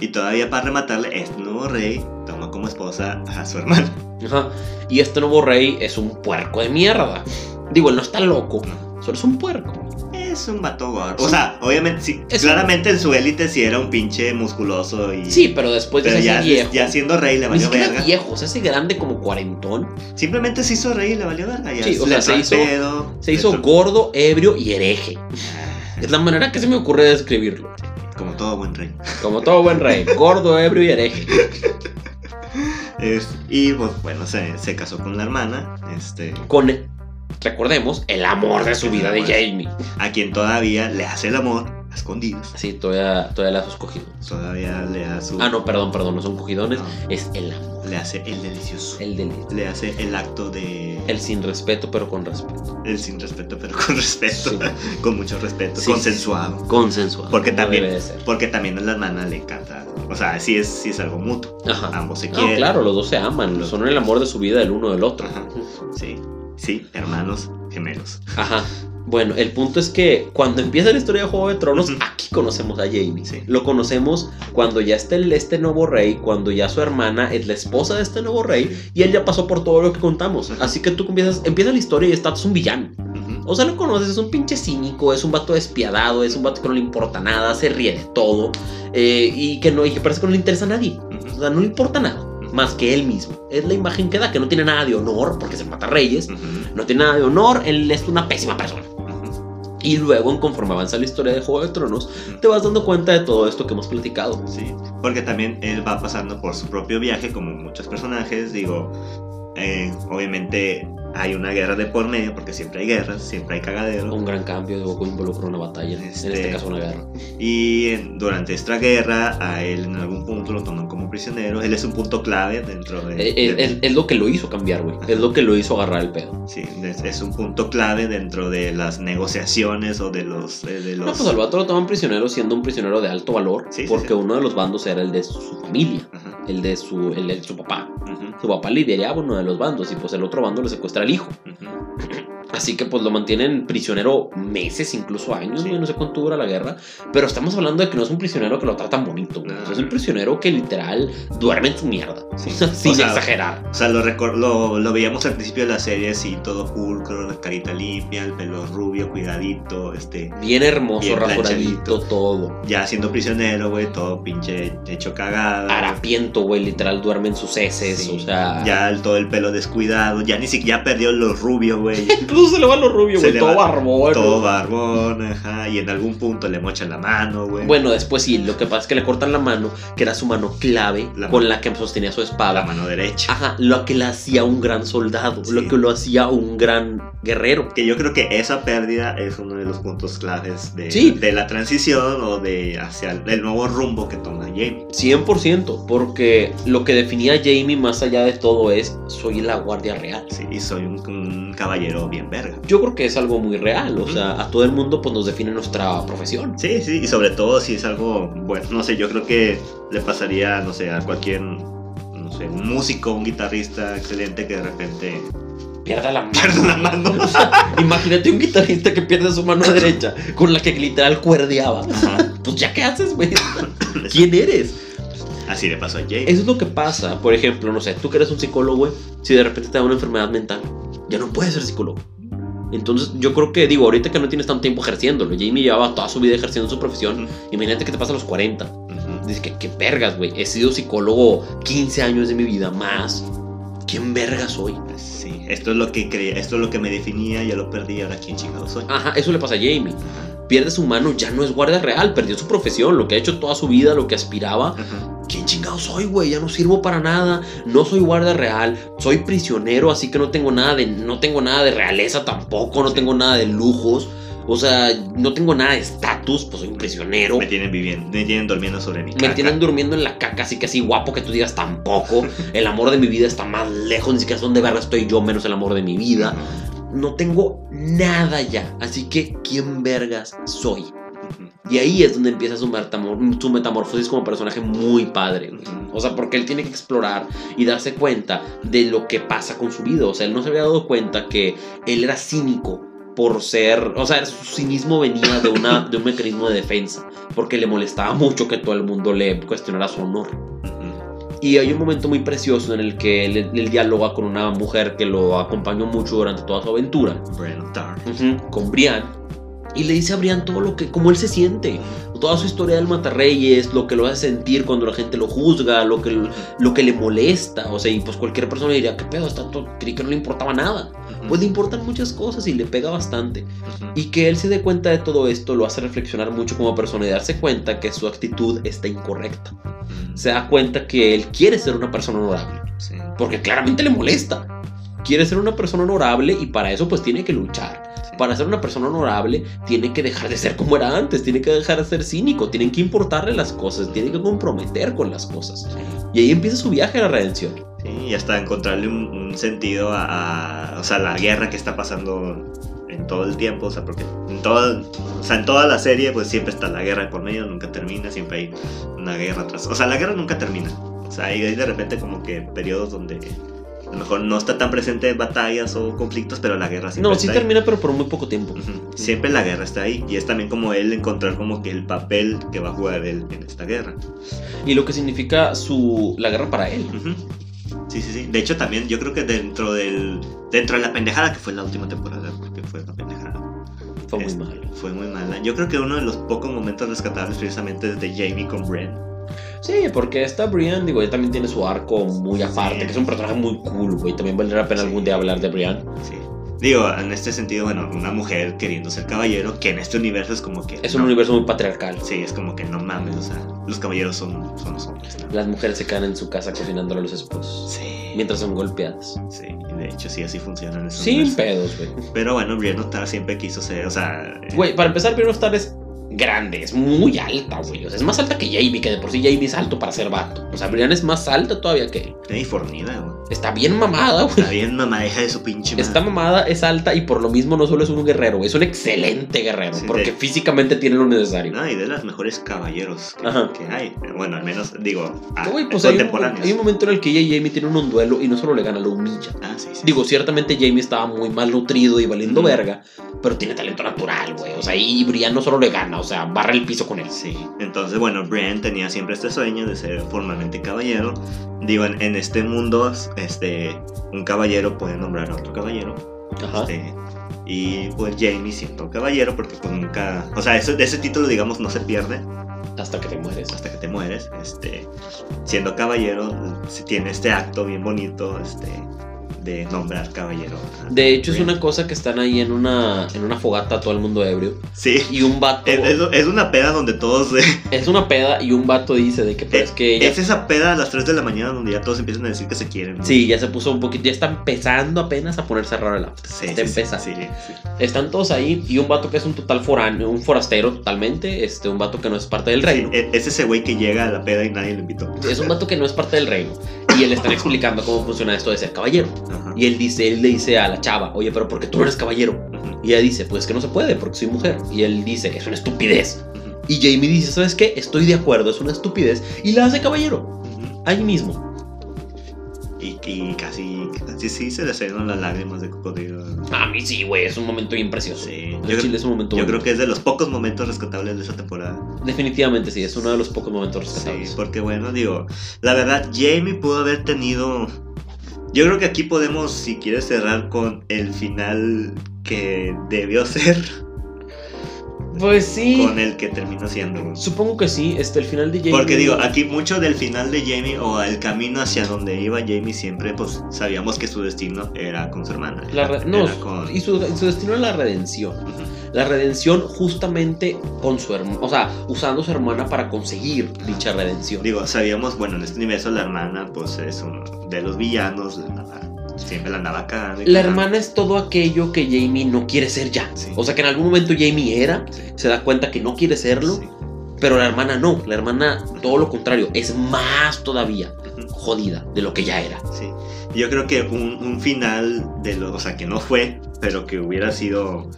[SPEAKER 2] Y todavía para rematarle, este nuevo rey toma como esposa a su hermana.
[SPEAKER 1] Ajá. Y este nuevo rey es un puerco de mierda. Digo, él no está loco,
[SPEAKER 2] No.
[SPEAKER 1] solo es un puerco.
[SPEAKER 2] Es un vato gordo. O sea, obviamente, sí,
[SPEAKER 1] Es un-
[SPEAKER 2] claramente en su élite sí era un pinche musculoso y.
[SPEAKER 1] Sí, pero después
[SPEAKER 2] pero
[SPEAKER 1] de
[SPEAKER 2] ya,
[SPEAKER 1] ese viejo.
[SPEAKER 2] ya siendo rey le
[SPEAKER 1] ni
[SPEAKER 2] valió
[SPEAKER 1] siquiera
[SPEAKER 2] verga.
[SPEAKER 1] viejo, se hace grande como cuarentón.
[SPEAKER 2] Simplemente se hizo rey y le valió verga. Ya
[SPEAKER 1] Sí, o sea,
[SPEAKER 2] le
[SPEAKER 1] se
[SPEAKER 2] entró al
[SPEAKER 1] hizo-
[SPEAKER 2] pedo,
[SPEAKER 1] Se
[SPEAKER 2] le
[SPEAKER 1] hizo
[SPEAKER 2] entró-
[SPEAKER 1] gordo, ebrio y hereje.
[SPEAKER 2] Ah.
[SPEAKER 1] Es la manera que se me ocurre de describirlo.
[SPEAKER 2] Como todo buen rey.
[SPEAKER 1] Como todo buen rey, gordo, ebrio y hereje.
[SPEAKER 2] Es- y pues bueno, se, se casó con la hermana, este,
[SPEAKER 1] Con, recordemos, el amor de su vida de Jamie.
[SPEAKER 2] a quien todavía le hace el amor a escondidas.
[SPEAKER 1] Sí, todavía, todavía las has cogido.
[SPEAKER 2] Todavía le da su.
[SPEAKER 1] Ah, no, perdón, perdón, no son cogidones.
[SPEAKER 2] No,
[SPEAKER 1] Es el amor,
[SPEAKER 2] le hace el delicioso.
[SPEAKER 1] el delito.
[SPEAKER 2] Le hace el acto de.
[SPEAKER 1] El sin respeto, pero con respeto.
[SPEAKER 2] el sin respeto, pero con respeto.
[SPEAKER 1] Sí.
[SPEAKER 2] Con mucho respeto.
[SPEAKER 1] Sí.
[SPEAKER 2] Consensuado.
[SPEAKER 1] Consensuado.
[SPEAKER 2] Porque
[SPEAKER 1] como
[SPEAKER 2] también-
[SPEAKER 1] Debe de ser.
[SPEAKER 2] Porque también a la hermana le encanta. O sea, sí es, sí es algo mutuo.
[SPEAKER 1] Ajá.
[SPEAKER 2] Ambos se
[SPEAKER 1] No,
[SPEAKER 2] quieren.
[SPEAKER 1] claro, los dos se aman. Son el amor de su vida el uno del otro.
[SPEAKER 2] Ajá. Sí. Sí, hermanos gemelos.
[SPEAKER 1] Ajá. Bueno, el punto es que cuando empieza la historia de Juego de Tronos,
[SPEAKER 2] Ujú.
[SPEAKER 1] aquí conocemos a Jamie.
[SPEAKER 2] Sí.
[SPEAKER 1] Lo conocemos cuando ya está el, este nuevo rey, cuando ya su hermana es la esposa de este nuevo rey, y él ya pasó por todo lo que contamos.
[SPEAKER 2] Ujú.
[SPEAKER 1] Así que tú empiezas, empieza la historia y está, es un villano.
[SPEAKER 2] Ujú.
[SPEAKER 1] O sea, lo conoces, es un pinche cínico, es un vato despiadado, es un vato que no le importa nada, se ríe de todo, eh, y que no, y que parece que no le interesa a nadie. O
[SPEAKER 2] Ujú.
[SPEAKER 1] sea, no le importa nada, más que él mismo. Es la imagen que da, que no tiene nada de honor, porque se mata reyes,
[SPEAKER 2] Ujú.
[SPEAKER 1] no tiene nada de honor, él es una pésima persona.
[SPEAKER 2] Ujú.
[SPEAKER 1] Y luego, conforme avanza la historia de Juego de Tronos, te vas dando cuenta de todo esto que hemos platicado.
[SPEAKER 2] Sí, porque también él va pasando por su propio viaje, como muchos personajes. Digo, eh, obviamente hay una guerra de por medio, porque siempre hay guerras, siempre hay cagadero.
[SPEAKER 1] Un gran cambio de Goku involucra una batalla, en este
[SPEAKER 2] Este-
[SPEAKER 1] caso una guerra.
[SPEAKER 2] Y eh, durante esta guerra, a él en algún punto lo toman como prisionero. Él es un punto clave dentro de.
[SPEAKER 1] Eh, eh,
[SPEAKER 2] de-
[SPEAKER 1] Es, es lo que lo hizo cambiar, güey. Es lo que lo hizo agarrar el pedo.
[SPEAKER 2] sí, es, es un punto clave dentro de las negociaciones o de los. eh, de
[SPEAKER 1] No,
[SPEAKER 2] los
[SPEAKER 1] pues al vato lo toman prisionero siendo un prisionero de alto valor,
[SPEAKER 2] Sí, sí,
[SPEAKER 1] porque
[SPEAKER 2] sí.
[SPEAKER 1] uno de los bandos era el de su familia,
[SPEAKER 2] Ajá,
[SPEAKER 1] el de su, el de su papá.
[SPEAKER 2] ujú,
[SPEAKER 1] Su papá lideraba uno de los bandos y pues el otro bando le secuestra al hijo.
[SPEAKER 2] ujú.
[SPEAKER 1] Así que pues lo mantienen prisionero meses, incluso años,
[SPEAKER 2] Sí.
[SPEAKER 1] güey, no sé cuánto dura la guerra. Pero estamos hablando de que no es un prisionero que lo tratan bonito, güey.
[SPEAKER 2] No.
[SPEAKER 1] O sea, es un prisionero que literal duerme en su mierda.
[SPEAKER 2] Sí.
[SPEAKER 1] O sea, sin
[SPEAKER 2] O sea,
[SPEAKER 1] exagerar.
[SPEAKER 2] O sea, lo, recor- lo, lo veíamos al principio de la serie así, todo pulcro, la carita limpia, el pelo rubio, cuidadito, este,
[SPEAKER 1] Bien hermoso,
[SPEAKER 2] bien
[SPEAKER 1] rasuradito,
[SPEAKER 2] planchadito.
[SPEAKER 1] todo.
[SPEAKER 2] ya siendo prisionero, güey, todo pinche hecho cagada.
[SPEAKER 1] Harapiento, güey, literal duerme en sus heces,
[SPEAKER 2] Sí.
[SPEAKER 1] o sea.
[SPEAKER 2] Ya el- todo el pelo descuidado, ya ni siquiera perdió los rubios, güey.
[SPEAKER 1] Incluso se le va lo rubio,
[SPEAKER 2] Se
[SPEAKER 1] güey,
[SPEAKER 2] le
[SPEAKER 1] todo
[SPEAKER 2] va
[SPEAKER 1] barbón.
[SPEAKER 2] todo barbón, ajá, y en algún punto le mochan la mano, güey.
[SPEAKER 1] Bueno, después sí, lo que pasa es que le cortan la mano, que era su mano clave
[SPEAKER 2] La
[SPEAKER 1] con
[SPEAKER 2] mano.
[SPEAKER 1] la que sostenía su
[SPEAKER 2] la
[SPEAKER 1] espada.
[SPEAKER 2] mano derecha.
[SPEAKER 1] Ajá, lo que la hacía un gran soldado,
[SPEAKER 2] Sí.
[SPEAKER 1] lo que lo hacía un gran guerrero.
[SPEAKER 2] Que yo creo que esa pérdida es uno de los puntos claves de,
[SPEAKER 1] Sí.
[SPEAKER 2] de la transición o de hacia el, el nuevo rumbo que toma Jamie.
[SPEAKER 1] 100%, porque lo que definía a Jamie más allá de todo es, soy la guardia real.
[SPEAKER 2] Sí, y soy un, un caballero bien verga.
[SPEAKER 1] Yo creo que es algo muy real, o sea, a todo el mundo pues nos define nuestra profesión.
[SPEAKER 2] Sí, sí, y sobre todo si es algo, bueno, no sé, yo creo que le pasaría, no sé, a cualquier, no sé, un músico, un guitarrista excelente que de repente
[SPEAKER 1] Pierda la mano.
[SPEAKER 2] pierde una mano.
[SPEAKER 1] O sea, imagínate un guitarrista que pierde su mano derecha, con la que literal cuerdeaba.
[SPEAKER 2] Ajá.
[SPEAKER 1] Pues ya qué haces, güey. ¿Quién eres?
[SPEAKER 2] Así le pasó a Jake.
[SPEAKER 1] Eso es lo que pasa. Por ejemplo, no sé, tú que eres un psicólogo, güey, si de repente te da una enfermedad mental, ya no puedes ser psicólogo. Entonces, yo creo que, digo, ahorita que no tienes tanto tiempo ejerciéndolo, Jamie llevaba toda su vida ejerciendo su profesión, imagínate que te pasa a los 40.
[SPEAKER 2] Ujú.
[SPEAKER 1] Dices que, qué vergas, güey. He sido psicólogo 15 años de mi vida más. ¿Quién vergas soy?
[SPEAKER 2] Sí, esto es lo que creía, esto es lo que me definía, ya lo perdí, ahora quién chingados soy.
[SPEAKER 1] Ajá, eso le pasa a Jamie. Pierde su mano, ya no es guardia real, perdió su profesión, lo que ha hecho toda su vida, lo que aspiraba.
[SPEAKER 2] Ajá.
[SPEAKER 1] ¿Quién chingado soy, güey? Ya no sirvo para nada, no soy guardia real, soy prisionero, así que no tengo nada de, no tengo nada de realeza tampoco, no tengo nada de lujos. O sea, no tengo nada de estatus, pues soy un prisionero.
[SPEAKER 2] Me tienen viviendo, me tienen durmiendo sobre mi
[SPEAKER 1] Me
[SPEAKER 2] caca.
[SPEAKER 1] tienen durmiendo en la caca, así que así guapo que tú digas tampoco. El amor de mi vida está más lejos, ni siquiera sé dónde verga estoy yo, menos el amor de mi vida. No tengo nada ya, así que ¿quién vergas soy?
[SPEAKER 2] Ujú.
[SPEAKER 1] Y ahí es donde empieza su, metamor- su metamorfosis como personaje muy padre, güey. O sea, porque él tiene que explorar y darse cuenta de lo que pasa con su vida. O sea, él no se había dado cuenta que él era cínico por ser, o sea, su cinismo venía de, una, de un mecanismo de defensa, porque le molestaba mucho que todo el mundo le cuestionara su honor.
[SPEAKER 2] Ujú.
[SPEAKER 1] Y hay un momento muy precioso en el que él, él dialoga con una mujer que lo acompañó mucho durante toda su aventura,
[SPEAKER 2] Brandon Tarr.
[SPEAKER 1] ujú, con Brian, y le dice a Brian todo lo que, cómo él se siente, toda su historia del Matarreyes, lo que lo hace sentir cuando la gente lo juzga, lo que, lo que le molesta, o sea, y pues cualquier persona diría, ¿qué pedo? Está todo, creí que no le importaba nada.
[SPEAKER 2] Ujú.
[SPEAKER 1] Pues le importan muchas cosas y le pega bastante.
[SPEAKER 2] Ujú.
[SPEAKER 1] Y que él se dé cuenta de todo esto lo hace reflexionar mucho como persona y darse cuenta que su actitud está incorrecta. Se da cuenta que él quiere ser una persona honorable,
[SPEAKER 2] Sí.
[SPEAKER 1] porque claramente le molesta. Quiere ser una persona honorable y para eso pues tiene que luchar.
[SPEAKER 2] Sí.
[SPEAKER 1] Para ser una persona honorable, tiene que dejar de ser como era antes, tiene que dejar de ser cínico, tiene que importarle las cosas, tiene que comprometer con las cosas.
[SPEAKER 2] Sí.
[SPEAKER 1] Y ahí empieza su viaje a la redención.
[SPEAKER 2] Sí, y hasta encontrarle un, un sentido a, a- o sea, la guerra que está pasando en todo el tiempo, o sea, porque en toda, o sea, en toda la serie pues siempre está la guerra por medio, nunca termina, siempre hay una guerra atrás, o sea, la guerra nunca termina, o sea, hay, hay de repente como que periodos donde a lo mejor no está tan presente batallas o conflictos, pero la guerra siempre
[SPEAKER 1] No,
[SPEAKER 2] está
[SPEAKER 1] sí
[SPEAKER 2] pues ahí.
[SPEAKER 1] termina, pero por muy poco tiempo.
[SPEAKER 2] Ujú. Siempre la guerra está ahí y es también como él encontrar como que el papel que va a jugar él en esta guerra.
[SPEAKER 1] Y lo que significa su, la guerra para él.
[SPEAKER 2] Ujú. Sí, sí, sí. De hecho, también yo creo que dentro del. Dentro de la pendejada, que fue la última temporada, porque fue una pendejada.
[SPEAKER 1] Fue muy
[SPEAKER 2] Es-
[SPEAKER 1] malo.
[SPEAKER 2] Fue muy mala. Yo creo que uno de los pocos momentos rescatables precisamente es de Jamie con Bren.
[SPEAKER 1] Sí, porque esta Brian, digo, ella también tiene su arco muy aparte,
[SPEAKER 2] Sí.
[SPEAKER 1] que es un personaje muy cool, güey. También valdría la pena
[SPEAKER 2] Sí.
[SPEAKER 1] algún día hablar de Brian.
[SPEAKER 2] Sí. Digo, en este sentido, bueno, una mujer queriendo ser caballero, que en este universo es como que.
[SPEAKER 1] Es un
[SPEAKER 2] no.
[SPEAKER 1] universo muy patriarcal.
[SPEAKER 2] Sí, es como que no mames, o sea, los caballeros son, son los hombres. ¿no?
[SPEAKER 1] Las mujeres se quedan en su casa cocinando a los esposos,
[SPEAKER 2] Sí.
[SPEAKER 1] mientras son golpeadas.
[SPEAKER 2] Sí, de hecho, sí, así funciona en ese
[SPEAKER 1] Sin
[SPEAKER 2] universo.
[SPEAKER 1] pedos, güey.
[SPEAKER 2] Pero bueno, Brian Notar siempre quiso ser, o sea. eh,
[SPEAKER 1] Güey, para empezar, Brian Star es grande, es muy alta, güey. O sea, es más alta que Jamie, que de por sí Jamie es alto para ser vato. O sea, Brian es más alta todavía que él.
[SPEAKER 2] Y eh, fornida, güey.
[SPEAKER 1] Está bien mamada, güey.
[SPEAKER 2] Está bien mamadeja de su pinche madre.
[SPEAKER 1] Esta mamada es alta y por lo mismo no solo es un guerrero, es un excelente guerrero,
[SPEAKER 2] Sí,
[SPEAKER 1] porque
[SPEAKER 2] de-
[SPEAKER 1] físicamente tiene lo necesario.
[SPEAKER 2] No, y de las mejores caballeros que,
[SPEAKER 1] Ajá.
[SPEAKER 2] que hay. Bueno, al menos, digo,
[SPEAKER 1] Que,
[SPEAKER 2] ah,
[SPEAKER 1] güey, pues hay un,
[SPEAKER 2] contemporáneos.
[SPEAKER 1] hay un momento en el que ella y Jamie tienen un duelo y no solo le gana, lo humilla.
[SPEAKER 2] Ah, sí, sí.
[SPEAKER 1] Digo, ciertamente Jamie estaba muy mal nutrido y valiendo
[SPEAKER 2] Ujú.
[SPEAKER 1] verga, pero tiene talento natural, güey. O sea, y Brian no solo le gana, o sea, barra el piso con él.
[SPEAKER 2] Sí. Entonces, bueno, Brian tenía siempre este sueño de ser formalmente caballero. Digo, en, en este mundo, este, un caballero puede nombrar a otro caballero.
[SPEAKER 1] Ajá.
[SPEAKER 2] Este, y pues Jamie siendo caballero, porque pues nunca. O sea, eso, de ese título, digamos, no se pierde.
[SPEAKER 1] Hasta que te mueres.
[SPEAKER 2] hasta que te mueres, este, siendo caballero, se tiene este acto bien bonito, este, de nombrar caballero. a
[SPEAKER 1] De hecho, es
[SPEAKER 2] Brian.
[SPEAKER 1] una cosa que están ahí en una, en una fogata todo el mundo ebrio.
[SPEAKER 2] Sí,
[SPEAKER 1] Y un vato.
[SPEAKER 2] es, es- es una peda donde todos... eh,
[SPEAKER 1] Es una peda y un vato dice de que, pero es que ella
[SPEAKER 2] Es esa peda a las 3 de la mañana donde ya todos empiezan a decir que se quieren. ¿no?
[SPEAKER 1] Sí, ya se puso un poquito, ya está empezando apenas a ponerse raro el after.
[SPEAKER 2] Sí,
[SPEAKER 1] Está
[SPEAKER 2] sí, sí,
[SPEAKER 1] empezando.
[SPEAKER 2] sí, sí.
[SPEAKER 1] Están todos ahí y un vato que es un total foráneo, un forastero totalmente, este, un vato que no es parte del reino.
[SPEAKER 2] E- Es ese güey que llega a la peda y nadie lo invitó.
[SPEAKER 1] Es un vato que no es parte del reino. Y le están explicando cómo funciona esto de ser caballero.
[SPEAKER 2] Ajá. Ajá.
[SPEAKER 1] Y él dice, él le dice a la chava, oye, pero porque tú no eres caballero.
[SPEAKER 2] Ujú,
[SPEAKER 1] Y ella dice, pues que no se puede, porque soy mujer. Y él dice, es una estupidez.
[SPEAKER 2] ujú,
[SPEAKER 1] Y Jamie dice, ¿sabes qué? Estoy de acuerdo, es una estupidez. Y la hace caballero,
[SPEAKER 2] ujú.
[SPEAKER 1] ahí mismo.
[SPEAKER 2] Y, y casi, casi sí se le salieron las lágrimas de cocodrilo.
[SPEAKER 1] A mí sí, güey, es un momento bien precioso.
[SPEAKER 2] Sí.
[SPEAKER 1] Al
[SPEAKER 2] Yo, creo-
[SPEAKER 1] chile es un momento
[SPEAKER 2] yo
[SPEAKER 1] bueno.
[SPEAKER 2] creo que es de los pocos momentos rescatables de esa temporada.
[SPEAKER 1] Definitivamente sí, es uno de los pocos momentos rescatables.
[SPEAKER 2] Sí, porque bueno, digo, la verdad, Jamie pudo haber tenido. Yo creo que aquí podemos, si quieres, cerrar con el final que debió ser,
[SPEAKER 1] Pues sí.
[SPEAKER 2] con el que terminó siendo. güey.
[SPEAKER 1] Supongo que sí, este, el final de Jamie.
[SPEAKER 2] Porque digo, aquí mucho del final de Jamie o el camino hacia donde iba Jamie siempre, pues sabíamos que su destino era con su hermana.
[SPEAKER 1] La
[SPEAKER 2] era-
[SPEAKER 1] re- no,
[SPEAKER 2] era con-
[SPEAKER 1] y su, su destino es la redención.
[SPEAKER 2] Ujú,
[SPEAKER 1] La redención justamente con su hermana, o sea, usando su hermana para conseguir dicha redención.
[SPEAKER 2] Digo, sabíamos, bueno, en este universo la hermana, pues es uno de los villanos, la andaba- siempre la andaba cagando y
[SPEAKER 1] La
[SPEAKER 2] cagando.
[SPEAKER 1] hermana es todo aquello que Jamie no quiere ser ya.
[SPEAKER 2] Sí.
[SPEAKER 1] O sea, que en algún momento Jamie era,
[SPEAKER 2] Sí,
[SPEAKER 1] se da cuenta que no quiere serlo,
[SPEAKER 2] sí.
[SPEAKER 1] pero la hermana no. La hermana, todo lo contrario, es más todavía
[SPEAKER 2] Ujú.
[SPEAKER 1] jodida de lo que ya era.
[SPEAKER 2] Sí. Yo creo que un, un final de lo, o sea, que no fue, pero que hubiera sido,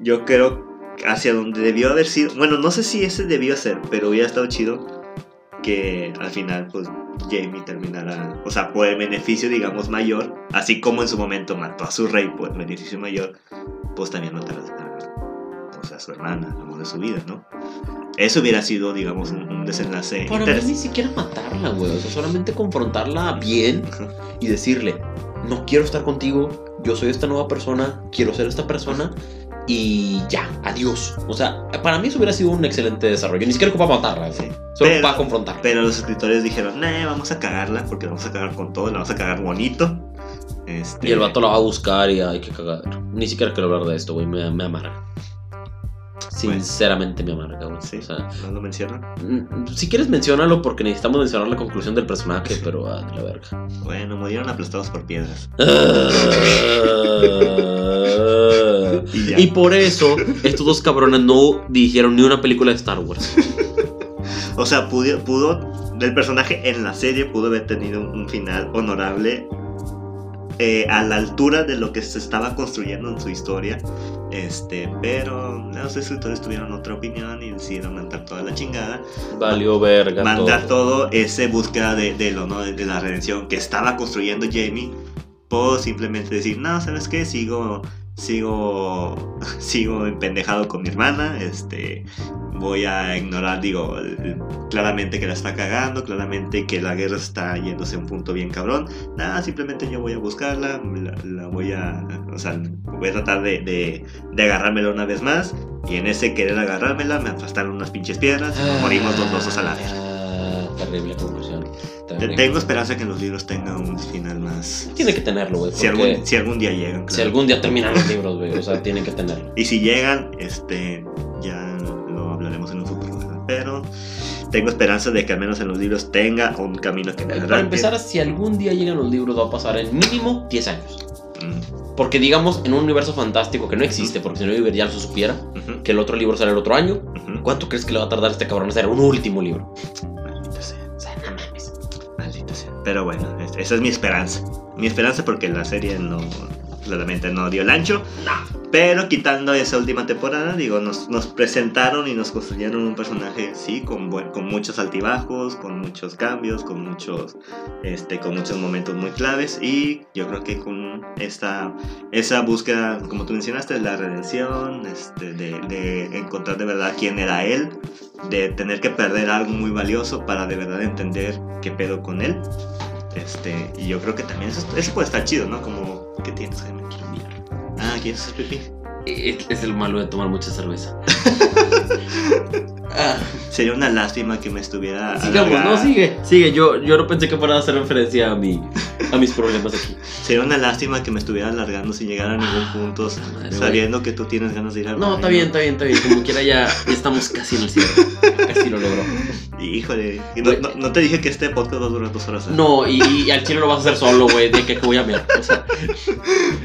[SPEAKER 2] yo creo, hacia donde debió haber sido. Bueno, no sé si ese debió ser, pero hubiera estado chido que al final, pues, Jamie terminara, o sea, por el beneficio, digamos, mayor, así como en su momento mató a su rey por el beneficio mayor, pues también matará a, pues, a su hermana, el amor de su vida, ¿no? Eso hubiera sido, digamos, un, un desenlace
[SPEAKER 1] Para mí
[SPEAKER 2] interesante.
[SPEAKER 1] ni siquiera matarla, güey. O sea, solamente confrontarla bien y decirle, no quiero estar contigo, yo soy esta nueva persona, quiero ser esta persona y ya, adiós. O sea, para mí eso hubiera sido un excelente desarrollo. Ni siquiera para matarla,
[SPEAKER 2] Sí.
[SPEAKER 1] güey. Solo
[SPEAKER 2] Pero-
[SPEAKER 1] para confrontarla.
[SPEAKER 2] Pero los escritores dijeron, nah, vamos a cagarla porque la vamos a cagar con todo, la vamos a cagar bonito. Este,
[SPEAKER 1] Y el vato la va a buscar y hay que cagar. Ni siquiera quiero hablar de esto, güey. Me, me amarga. Sinceramente me amarga, güey.
[SPEAKER 2] Sí,
[SPEAKER 1] O sea,
[SPEAKER 2] no lo mencionan.
[SPEAKER 1] mm, si quieres, menciónalo porque necesitamos mencionar la conclusión del personaje, pero ah, de la verga.
[SPEAKER 2] Bueno, murieron aplastados por piedras.
[SPEAKER 1] Ah.
[SPEAKER 2] Y ya.
[SPEAKER 1] Y por eso estos dos cabrones no dirigieron ni una película de Star Wars.
[SPEAKER 2] O sea, pudo, pudo, el personaje en la serie pudo haber tenido un, un final honorable eh, a la altura de lo que se estaba construyendo en su historia. Este, pero los escritores tuvieron otra opinión y decidieron mandar toda la chingada.
[SPEAKER 1] Valió verga.
[SPEAKER 2] mandar
[SPEAKER 1] todo.
[SPEAKER 2] todo ese búsqueda de, del honor, de la redención que estaba construyendo Jamie, puedo simplemente decir, no, ¿sabes qué? Sigo, sigo, sigo empendejado con mi hermana, este, voy a ignorar, digo, el- claramente que la está cagando, claramente que la guerra está yéndose a un punto bien cabrón, nada, simplemente yo voy a buscarla, la, la voy a, o sea, voy a tratar de, de, de agarrármela una vez más, y en ese querer agarrármela me aplastaron unas pinches piedras y nos morimos los dos a la vez.
[SPEAKER 1] Ah, Terrible conclusión.
[SPEAKER 2] Te-
[SPEAKER 1] Terrible.
[SPEAKER 2] Tengo esperanza que los libros tengan un final más.
[SPEAKER 1] Tiene que tenerlo, güey.
[SPEAKER 2] Si
[SPEAKER 1] porque
[SPEAKER 2] algún, si algún día llegan. claro.
[SPEAKER 1] Si algún día terminan los libros, güey. O sea, tienen que tenerlo.
[SPEAKER 2] Y si llegan, este, ya lo hablaremos en un futuro. ¿verdad? Pero tengo esperanza de que al menos en los libros tenga un camino que me
[SPEAKER 1] Para
[SPEAKER 2] arranque.
[SPEAKER 1] empezar, si algún día llegan los libros, va a pasar en mínimo 10 años.
[SPEAKER 2] Mm,
[SPEAKER 1] Porque digamos, en un universo fantástico que no existe, porque si no Iber ya lo supiera,
[SPEAKER 2] ujú,
[SPEAKER 1] que el otro libro sale el otro año,
[SPEAKER 2] ujú.
[SPEAKER 1] ¿cuánto crees que le va a tardar a este cabrón en hacer un último libro?
[SPEAKER 2] Maldita sea,
[SPEAKER 1] O sea, no mames.
[SPEAKER 2] maldita sea. Pero bueno, es- esa es mi esperanza. Mi esperanza porque la serie no. Claramente no dio el ancho. Pero quitando esa última temporada, digo, nos, nos presentaron y nos construyeron un personaje, sí, con, buen- con muchos altibajos, con muchos cambios, con muchos, este, con muchos momentos muy claves. Y yo creo que con esta, esa búsqueda, como tú mencionaste, de la redención, este, de, de encontrar de verdad quién era él, de tener que perder algo muy valioso para de verdad entender qué pedo con él. Este, y yo creo que también eso, eso puede estar chido, ¿no? Como, ¿qué tienes, Jaime? Aquí, mira. Ah, ¿quieres hacer pipí?
[SPEAKER 1] Es, E-, es el malo de tomar mucha cerveza. Ah,
[SPEAKER 2] Sería una lástima que me estuviera.
[SPEAKER 1] sigamos,
[SPEAKER 2] alargada.
[SPEAKER 1] no, sigue. Sigue, yo, yo no pensé que fuera a hacer referencia a, mi, a mis problemas aquí.
[SPEAKER 2] Sería una lástima que me estuviera alargando sin llegar a ningún punto, s-
[SPEAKER 1] madre, Ah, güey.
[SPEAKER 2] sabiendo que tú tienes ganas de ir al
[SPEAKER 1] No,
[SPEAKER 2] baño.
[SPEAKER 1] está bien, está bien, está bien. Como quiera, ya, ya estamos casi en el cierre. Casi lo logró.
[SPEAKER 2] Híjole, y no,
[SPEAKER 1] Güey.
[SPEAKER 2] no- no te dije que este podcast va a durar dos horas. ¿eh?
[SPEAKER 1] No, y, y al chile lo vas a hacer solo, güey. De que, que voy a mirar. O sea,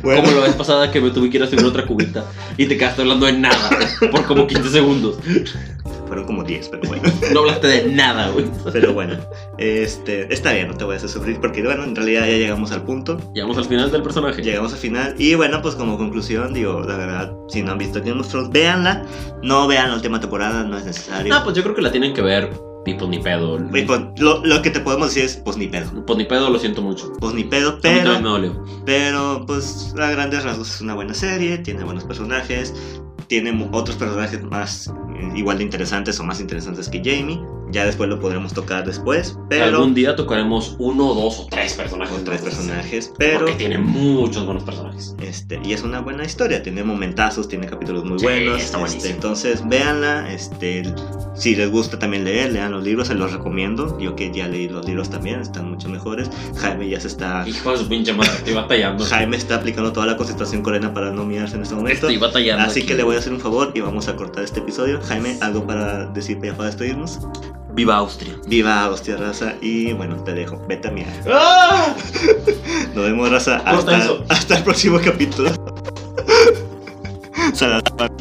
[SPEAKER 2] Bueno,
[SPEAKER 1] como la vez pasada que me tuve que ir a hacer otra cubita y te quedaste hablando de nada por como 15 segundos.
[SPEAKER 2] fueron como 10, pero bueno.
[SPEAKER 1] No hablaste de nada, güey.
[SPEAKER 2] Pero bueno, este, está bien, no te voy a hacer sufrir porque, bueno, en realidad ya llegamos al punto.
[SPEAKER 1] Llegamos al final del personaje.
[SPEAKER 2] Llegamos al final. Y bueno, pues como conclusión, digo, la verdad, si no han visto Game of Thrones, véanla. No vean la última temporada, no es necesario.
[SPEAKER 1] Ah, pues yo creo que la tienen que ver. Y pues ni pedo.
[SPEAKER 2] Y, pues, lo, lo que te podemos decir es, pues ni pedo.
[SPEAKER 1] Pues ni pedo, lo siento mucho.
[SPEAKER 2] Pues ni pedo,
[SPEAKER 1] A mí también me
[SPEAKER 2] pero,
[SPEAKER 1] dolió.
[SPEAKER 2] pero pues a grandes rasgos es una buena serie, tiene buenos personajes, tiene mu- otros personajes más eh, igual de interesantes o más interesantes que Jamie. Ya después lo podremos tocar después, pero...
[SPEAKER 1] Algún día tocaremos uno, dos o tres personajes.
[SPEAKER 2] Con tres
[SPEAKER 1] entonces,
[SPEAKER 2] personajes, pero...
[SPEAKER 1] Porque tiene muchos buenos personajes.
[SPEAKER 2] Este, y es una buena historia, tiene momentazos, tiene capítulos muy
[SPEAKER 1] Sí,
[SPEAKER 2] buenos.
[SPEAKER 1] está
[SPEAKER 2] este,
[SPEAKER 1] buenísimo.
[SPEAKER 2] entonces, véanla. Este, si les gusta también leer, lean los libros, se los recomiendo. Yo que ya leí los libros también, están mucho mejores. Jaime ya se está.
[SPEAKER 1] Hijo de su pinche madre, estoy batallando.
[SPEAKER 2] Jaime está aplicando toda la concentración coreana para no mirarse en este momento.
[SPEAKER 1] Estoy batallando.
[SPEAKER 2] Así
[SPEAKER 1] aquí.
[SPEAKER 2] que le voy a hacer un favor y vamos a cortar este episodio. Jaime, algo para decir ya para despedirnos.
[SPEAKER 1] Viva Austria.
[SPEAKER 2] Viva hostia raza y bueno, te dejo. Vete a mirar.
[SPEAKER 1] ¡Ah!
[SPEAKER 2] Nos vemos raza.
[SPEAKER 1] Corta
[SPEAKER 2] Hasta,
[SPEAKER 1] eso.
[SPEAKER 2] hasta el próximo capítulo. Salazar.